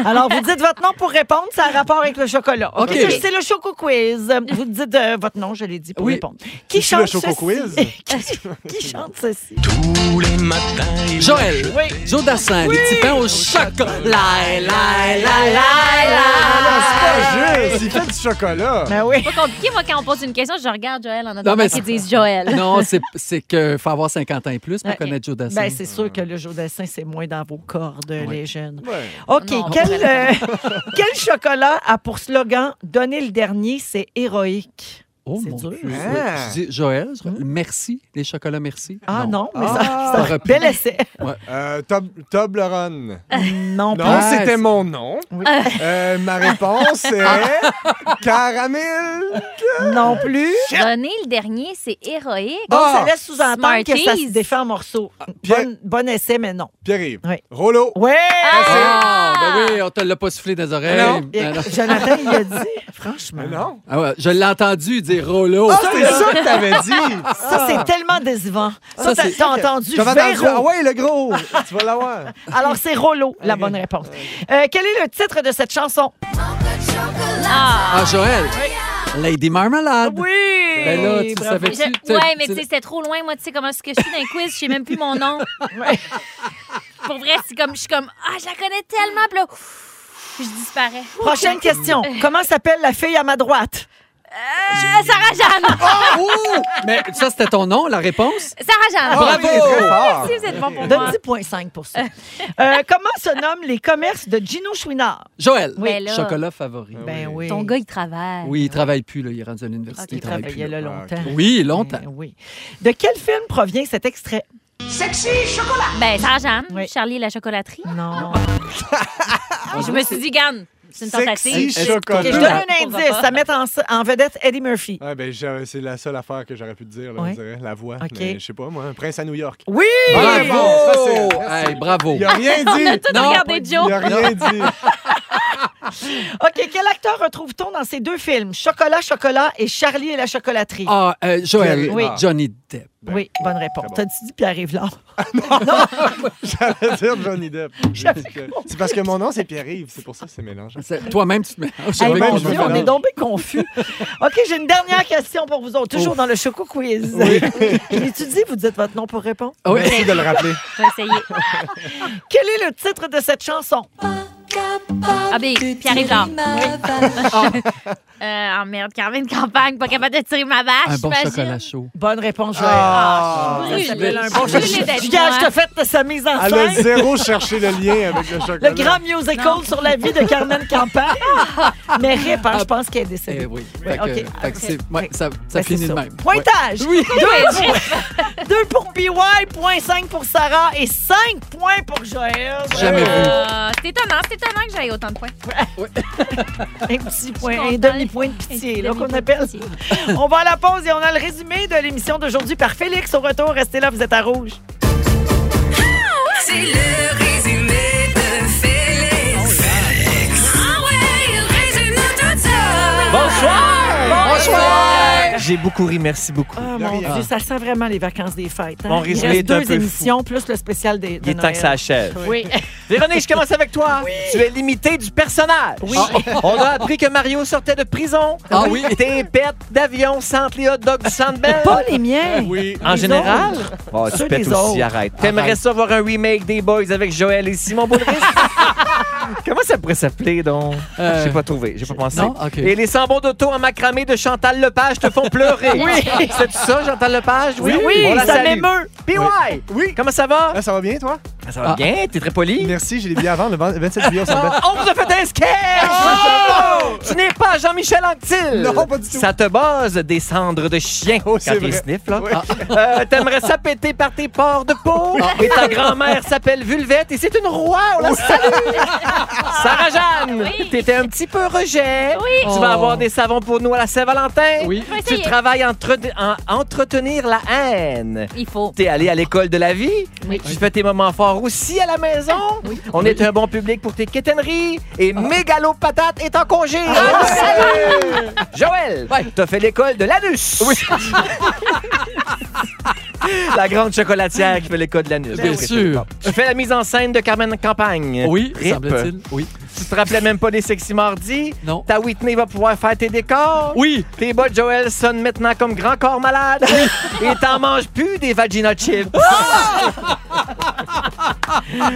Alors, vous dites votre nom pour répondre, ça a rapport avec le chocolat. OK. OK. C'est le Choco Quiz. Vous dites euh, votre nom, je l'ai dit, pour Oui. répondre. Qui C'est-tu le chante Choco Quiz? ceci? qui, qui chante ceci? Joël, Joe Dassin, les petits pains au chocolat. La, la, la, la, la. Ah, juste! Il fait du chocolat. Ben oui. C'est pas compliqué, moi, quand on pose une question, je regarde Joël en Non, mais attendant qu'ils c'est- disent Joël. Non, c'est- c'est qu'il faut avoir 50 ans et plus pour Ok. connaître Joe Dassin. Ben, c'est sûr que le Jodassin, c'est moins dans vos cordes, les jeunes. Ouais. OK. Non, quel, on va euh, quel chocolat a pour slogan Donner le dernier, c'est héroïque? oh, c'est mon dur. hein? Hmm? Dieu. Ah. Je dis, Joël, je- merci, les chocolats, merci. Ah non, mais ça, Ah. ça- bel essai. Euh, Tob- Toblerone. Non, Non, pas. c'est- c'était mon nom. Euh, ma réponse est Ah. caramel. Non plus. Ah! Donner le dernier, c'est héroïque. Oh, Donc, ça laisse sous-entendre que ça se Smarties. défait en morceaux. Pierre- Bon, bon essai, mais non. Pierre-Yves. Oui. Rollo. Ouais! Ah, ben oui, on te l'a pas soufflé dans les oreilles. Non. Et Ah, non. Jonathan, il a dit, franchement, Mais non. Ah ouais, je l'ai entendu dire Oh, Rollo. Ah, c'est ça que t'avais dit. ça, c'est tellement décevant. Ça, Ça, t'as- c'est- t'as entendu J'avais entendu. Véro. Ah ouais, le gros. tu vas l'avoir. Alors, c'est Rollo, la bonne réponse. Euh, quel est le titre de cette chanson? Ah, Joël. Lady Marmalade. Oui! Ben là, tu Bravo. savais- Je- Tu- ouais, mais tu- tu sais, c'était trop loin. Moi, tu sais comment est-ce que je suis dans les quiz, je sais même plus mon nom. Pour vrai, c'est comme, je suis comme, ah, je la connais tellement, puis là, ouf, je disparais. Prochaine question. Comment s'appelle la fille à ma droite? Euh, Sarah Jeanne! Ah! Mais ça, c'était ton nom, la réponse? Sarah Jeanne! Bravo! oui, Ah, très fort. Merci, vous êtes bon pour Donne moi. 10,5 pour ça. Euh, comment se nomment les commerces de Gino Chouinard? Joël, Oui. Ben là. chocolat favori. Ben oui. Ton gars, il travaille. Oui, il travaille plus, là. il est rendu à l'université. Ok, il travaille plus. travaillait là longtemps. Oui, longtemps. Ben oui. De quel film provient cet extrait? Ben, Sarah Jeanne, Oui. Charlie et la chocolaterie. Non. Je me suis dit, Gann, c'est une Sexy tentative. Ok, je chocolat. donne un Pourquoi indice. pas? Ça met en, en vedette Eddie Murphy. Ouais, ben, j'ai- c'est la seule affaire que j'aurais pu te dire, là, Ouais. on dirait, la voix. Ok. Oh. Mais je sais pas, moi, un prince à New York. Oui! Bonne réponse, facile. Bravo! Merci. Hey, bravo. Il a rien dit! Tout Non. hein. regardez Joe. Il a rien dit! OK, quel acteur retrouve-t-on dans ces deux films? Chocolat, chocolat et Charlie et la chocolaterie. Ah, euh, Joël, Oui. Johnny Depp. oui, bonne réponse. bon. T'as-tu dit Pierre Rivlard? J'allais dire Johnny Depp. C'est parce que mon nom, c'est Pierre-Yves, c'est pour ça que c'est mélangé. C'est- Toi-même, tu te mets. Ah, Hey, j'avais mon même, compris. Dieu, je on mélange. est donc bien confus. OK, j'ai une dernière question pour vous autres, toujours dans le Choco Quiz. Je l'ai-tu dit? Vous dites votre nom pour répondre. Ah oui. Merci de le rappeler. Je vais essayer. Quel est le titre de cette chanson? Ah, ben, Pierre-Yves Jean. Euh, oh merde, Carmen de Campagne, pas capable de tirer ma vache. Un bon j'imagine. chocolat chaud. Bonne réponse, Joël. Ah. Ah, Brûlée. Ça s'appelle un bon Brûlée chocolat. d'être Je gage, moi. je te fais de sa mise en Elle a scène. Ah. zéro cherché le lien avec le chocolat. Le grand musical sur la vie de Carmen Campagne. Mais rip, hein, je pense qu'elle est décédée. Eh oui. Oui, Fait que- ok. fait que c'est- ouais, Oui. ça, ça Ben, c'est finit de ça. même. Ouais. Pointage! Deux, pour, deux pour BY, 0.5 pour Sarah et 5 points pour Joël. Jamais vu. Euh, c'est étonnant, c'est étonnant que j'aille autant de points. Un petit Je point, suis un contente. demi-point de pitié, Un là, demi-point qu'on de appelle. pitié. On va à la pause et on a le résumé de l'émission d'aujourd'hui par Félix. Au retour, restez là, vous êtes à rouge. C'est le résumé de Félix. Félix. Ah ouais, il résume tout ça. J'ai beaucoup ri, merci Oh, beaucoup. Ah, Y a mon rien. Dieu, ça sent vraiment les vacances des fêtes. hein. Mon Il résumé reste est un deux peu émissions plus le spécial des. Il est temps que ça achève. Oui. Véronique, je commence avec toi. Tu es limitée du personnage. Ah, Oui. On a appris que Mario sortait de prison. Ah oui. T'es bête d'avion, centre les hot dogs du Sandbell. Pas les miens. Oui. En Les général? Oh, Ceux tu pètes des aussi, autres. arrête. T'aimerais Arrête. ça voir un remake des Boys avec Joël et Simon Boulris? Comment ça pourrait s'appeler, donc? Euh, J'ai pas trouvé, j'ai pas pensé. non? OK. Et les sambons d'auto en macramé de Chantal Lepage te font pleurer. Oui. C'est ça, Chantal Lepage? Oui, oui, On la ça salue. m'émeut. PY! Oui. Comment ça va? Ah, ça va bien, toi? Ça va bien, t'es très poli. Merci, j'ai les billets avant, le 20 27 juillet, on s'en va. Ah, On vous a fait un sketch! Oh! Tu n'es pas Jean-Michel Anctil! Non, pas du tout. Ça te base des cendres de chien Oh, quand c'est il vrai. sniff, là. Oui. Euh, T'aimerais ça péter par tes pores de peau. Ah. Et ta grand-mère s'appelle Vulvette et c'est une roi, on la salue! Sarah-Jeanne, Oui. t'étais un petit peu rejet. Oui. Tu Oh. vas avoir des savons pour nous à la Saint-Valentin. Oui. Je vais Tu essayer. travailles à entrete- à entretenir la haine. Il faut. T'es allé à l'école de la vie. Oui. Tu fais tes moments forts aussi à la maison. On est un bon public pour tes quétaineries. Et Ah. Mégalo Patate est en congé. Salut! Joël, t'as fait l'école de l'anus. la grande chocolatière qui fait l'école de l'anus. Bien Ben sûr. Tu fais la mise en scène de Carmen Campagne. Oui, Rip. semble-t-il. Oui. Tu te rappelais même pas des sexy mardis. Non. Ta Whitney va pouvoir faire tes décors. Oui. Tes bas de Joël sonnent maintenant comme grand corps malade. Et t'en manges plus des vagina chips.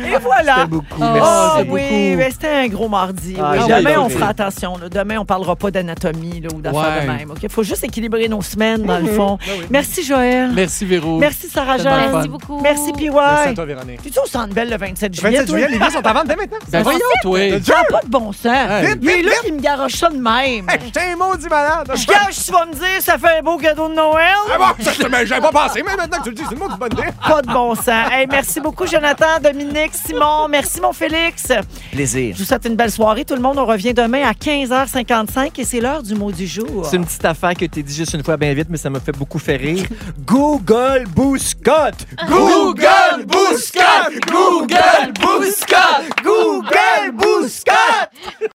Et voilà. beaucoup. Ah Merci. oui, mais c'était un gros mardi. Ah, oui. oui, Demain, j'ai on adoré. fera attention. là. Demain, on parlera pas d'anatomie là, ou d'affaires Ouais. de même. Il faut juste équilibrer nos semaines, dans le fond. Merci, Joël. Merci, Véro. Merci, Tellement Sarah-Jeanne. le fun. Merci beaucoup. Merci, PY. Merci à toi, Véronique. T'es-tu au Centre Belle le 27 juillet? 27 toi? Ah, juillet, les billets sont à vendre dès maintenant. Ben voyons, toi. Ça n'a pas de bon sens. Hey. Lui, là, il me garoche ça de même. Hey, J'étais un maudit malade. Je gage, tu vas me dire, ça fait un beau cadeau de Noël. Ah bon, ça, mais j'avais pas pensé, mais maintenant que tu le dis, c'est une maudite bonne idée. Pas de bon sens. Hey, merci beaucoup, Jonathan, Dominique, Simon. Merci, mon Félix. Plaisir. Je vous souhaite une belle soirée. Tout le monde, on revient demain à 15h55 et c'est l'heure du mot du jour. C'est une petite affaire que t'es dit juste une fois bien vite, mais ça m'a fait beaucoup faire rire. Google Bouscotte! Google Bouscotte! Google Bouscotte! Google Bouscotte!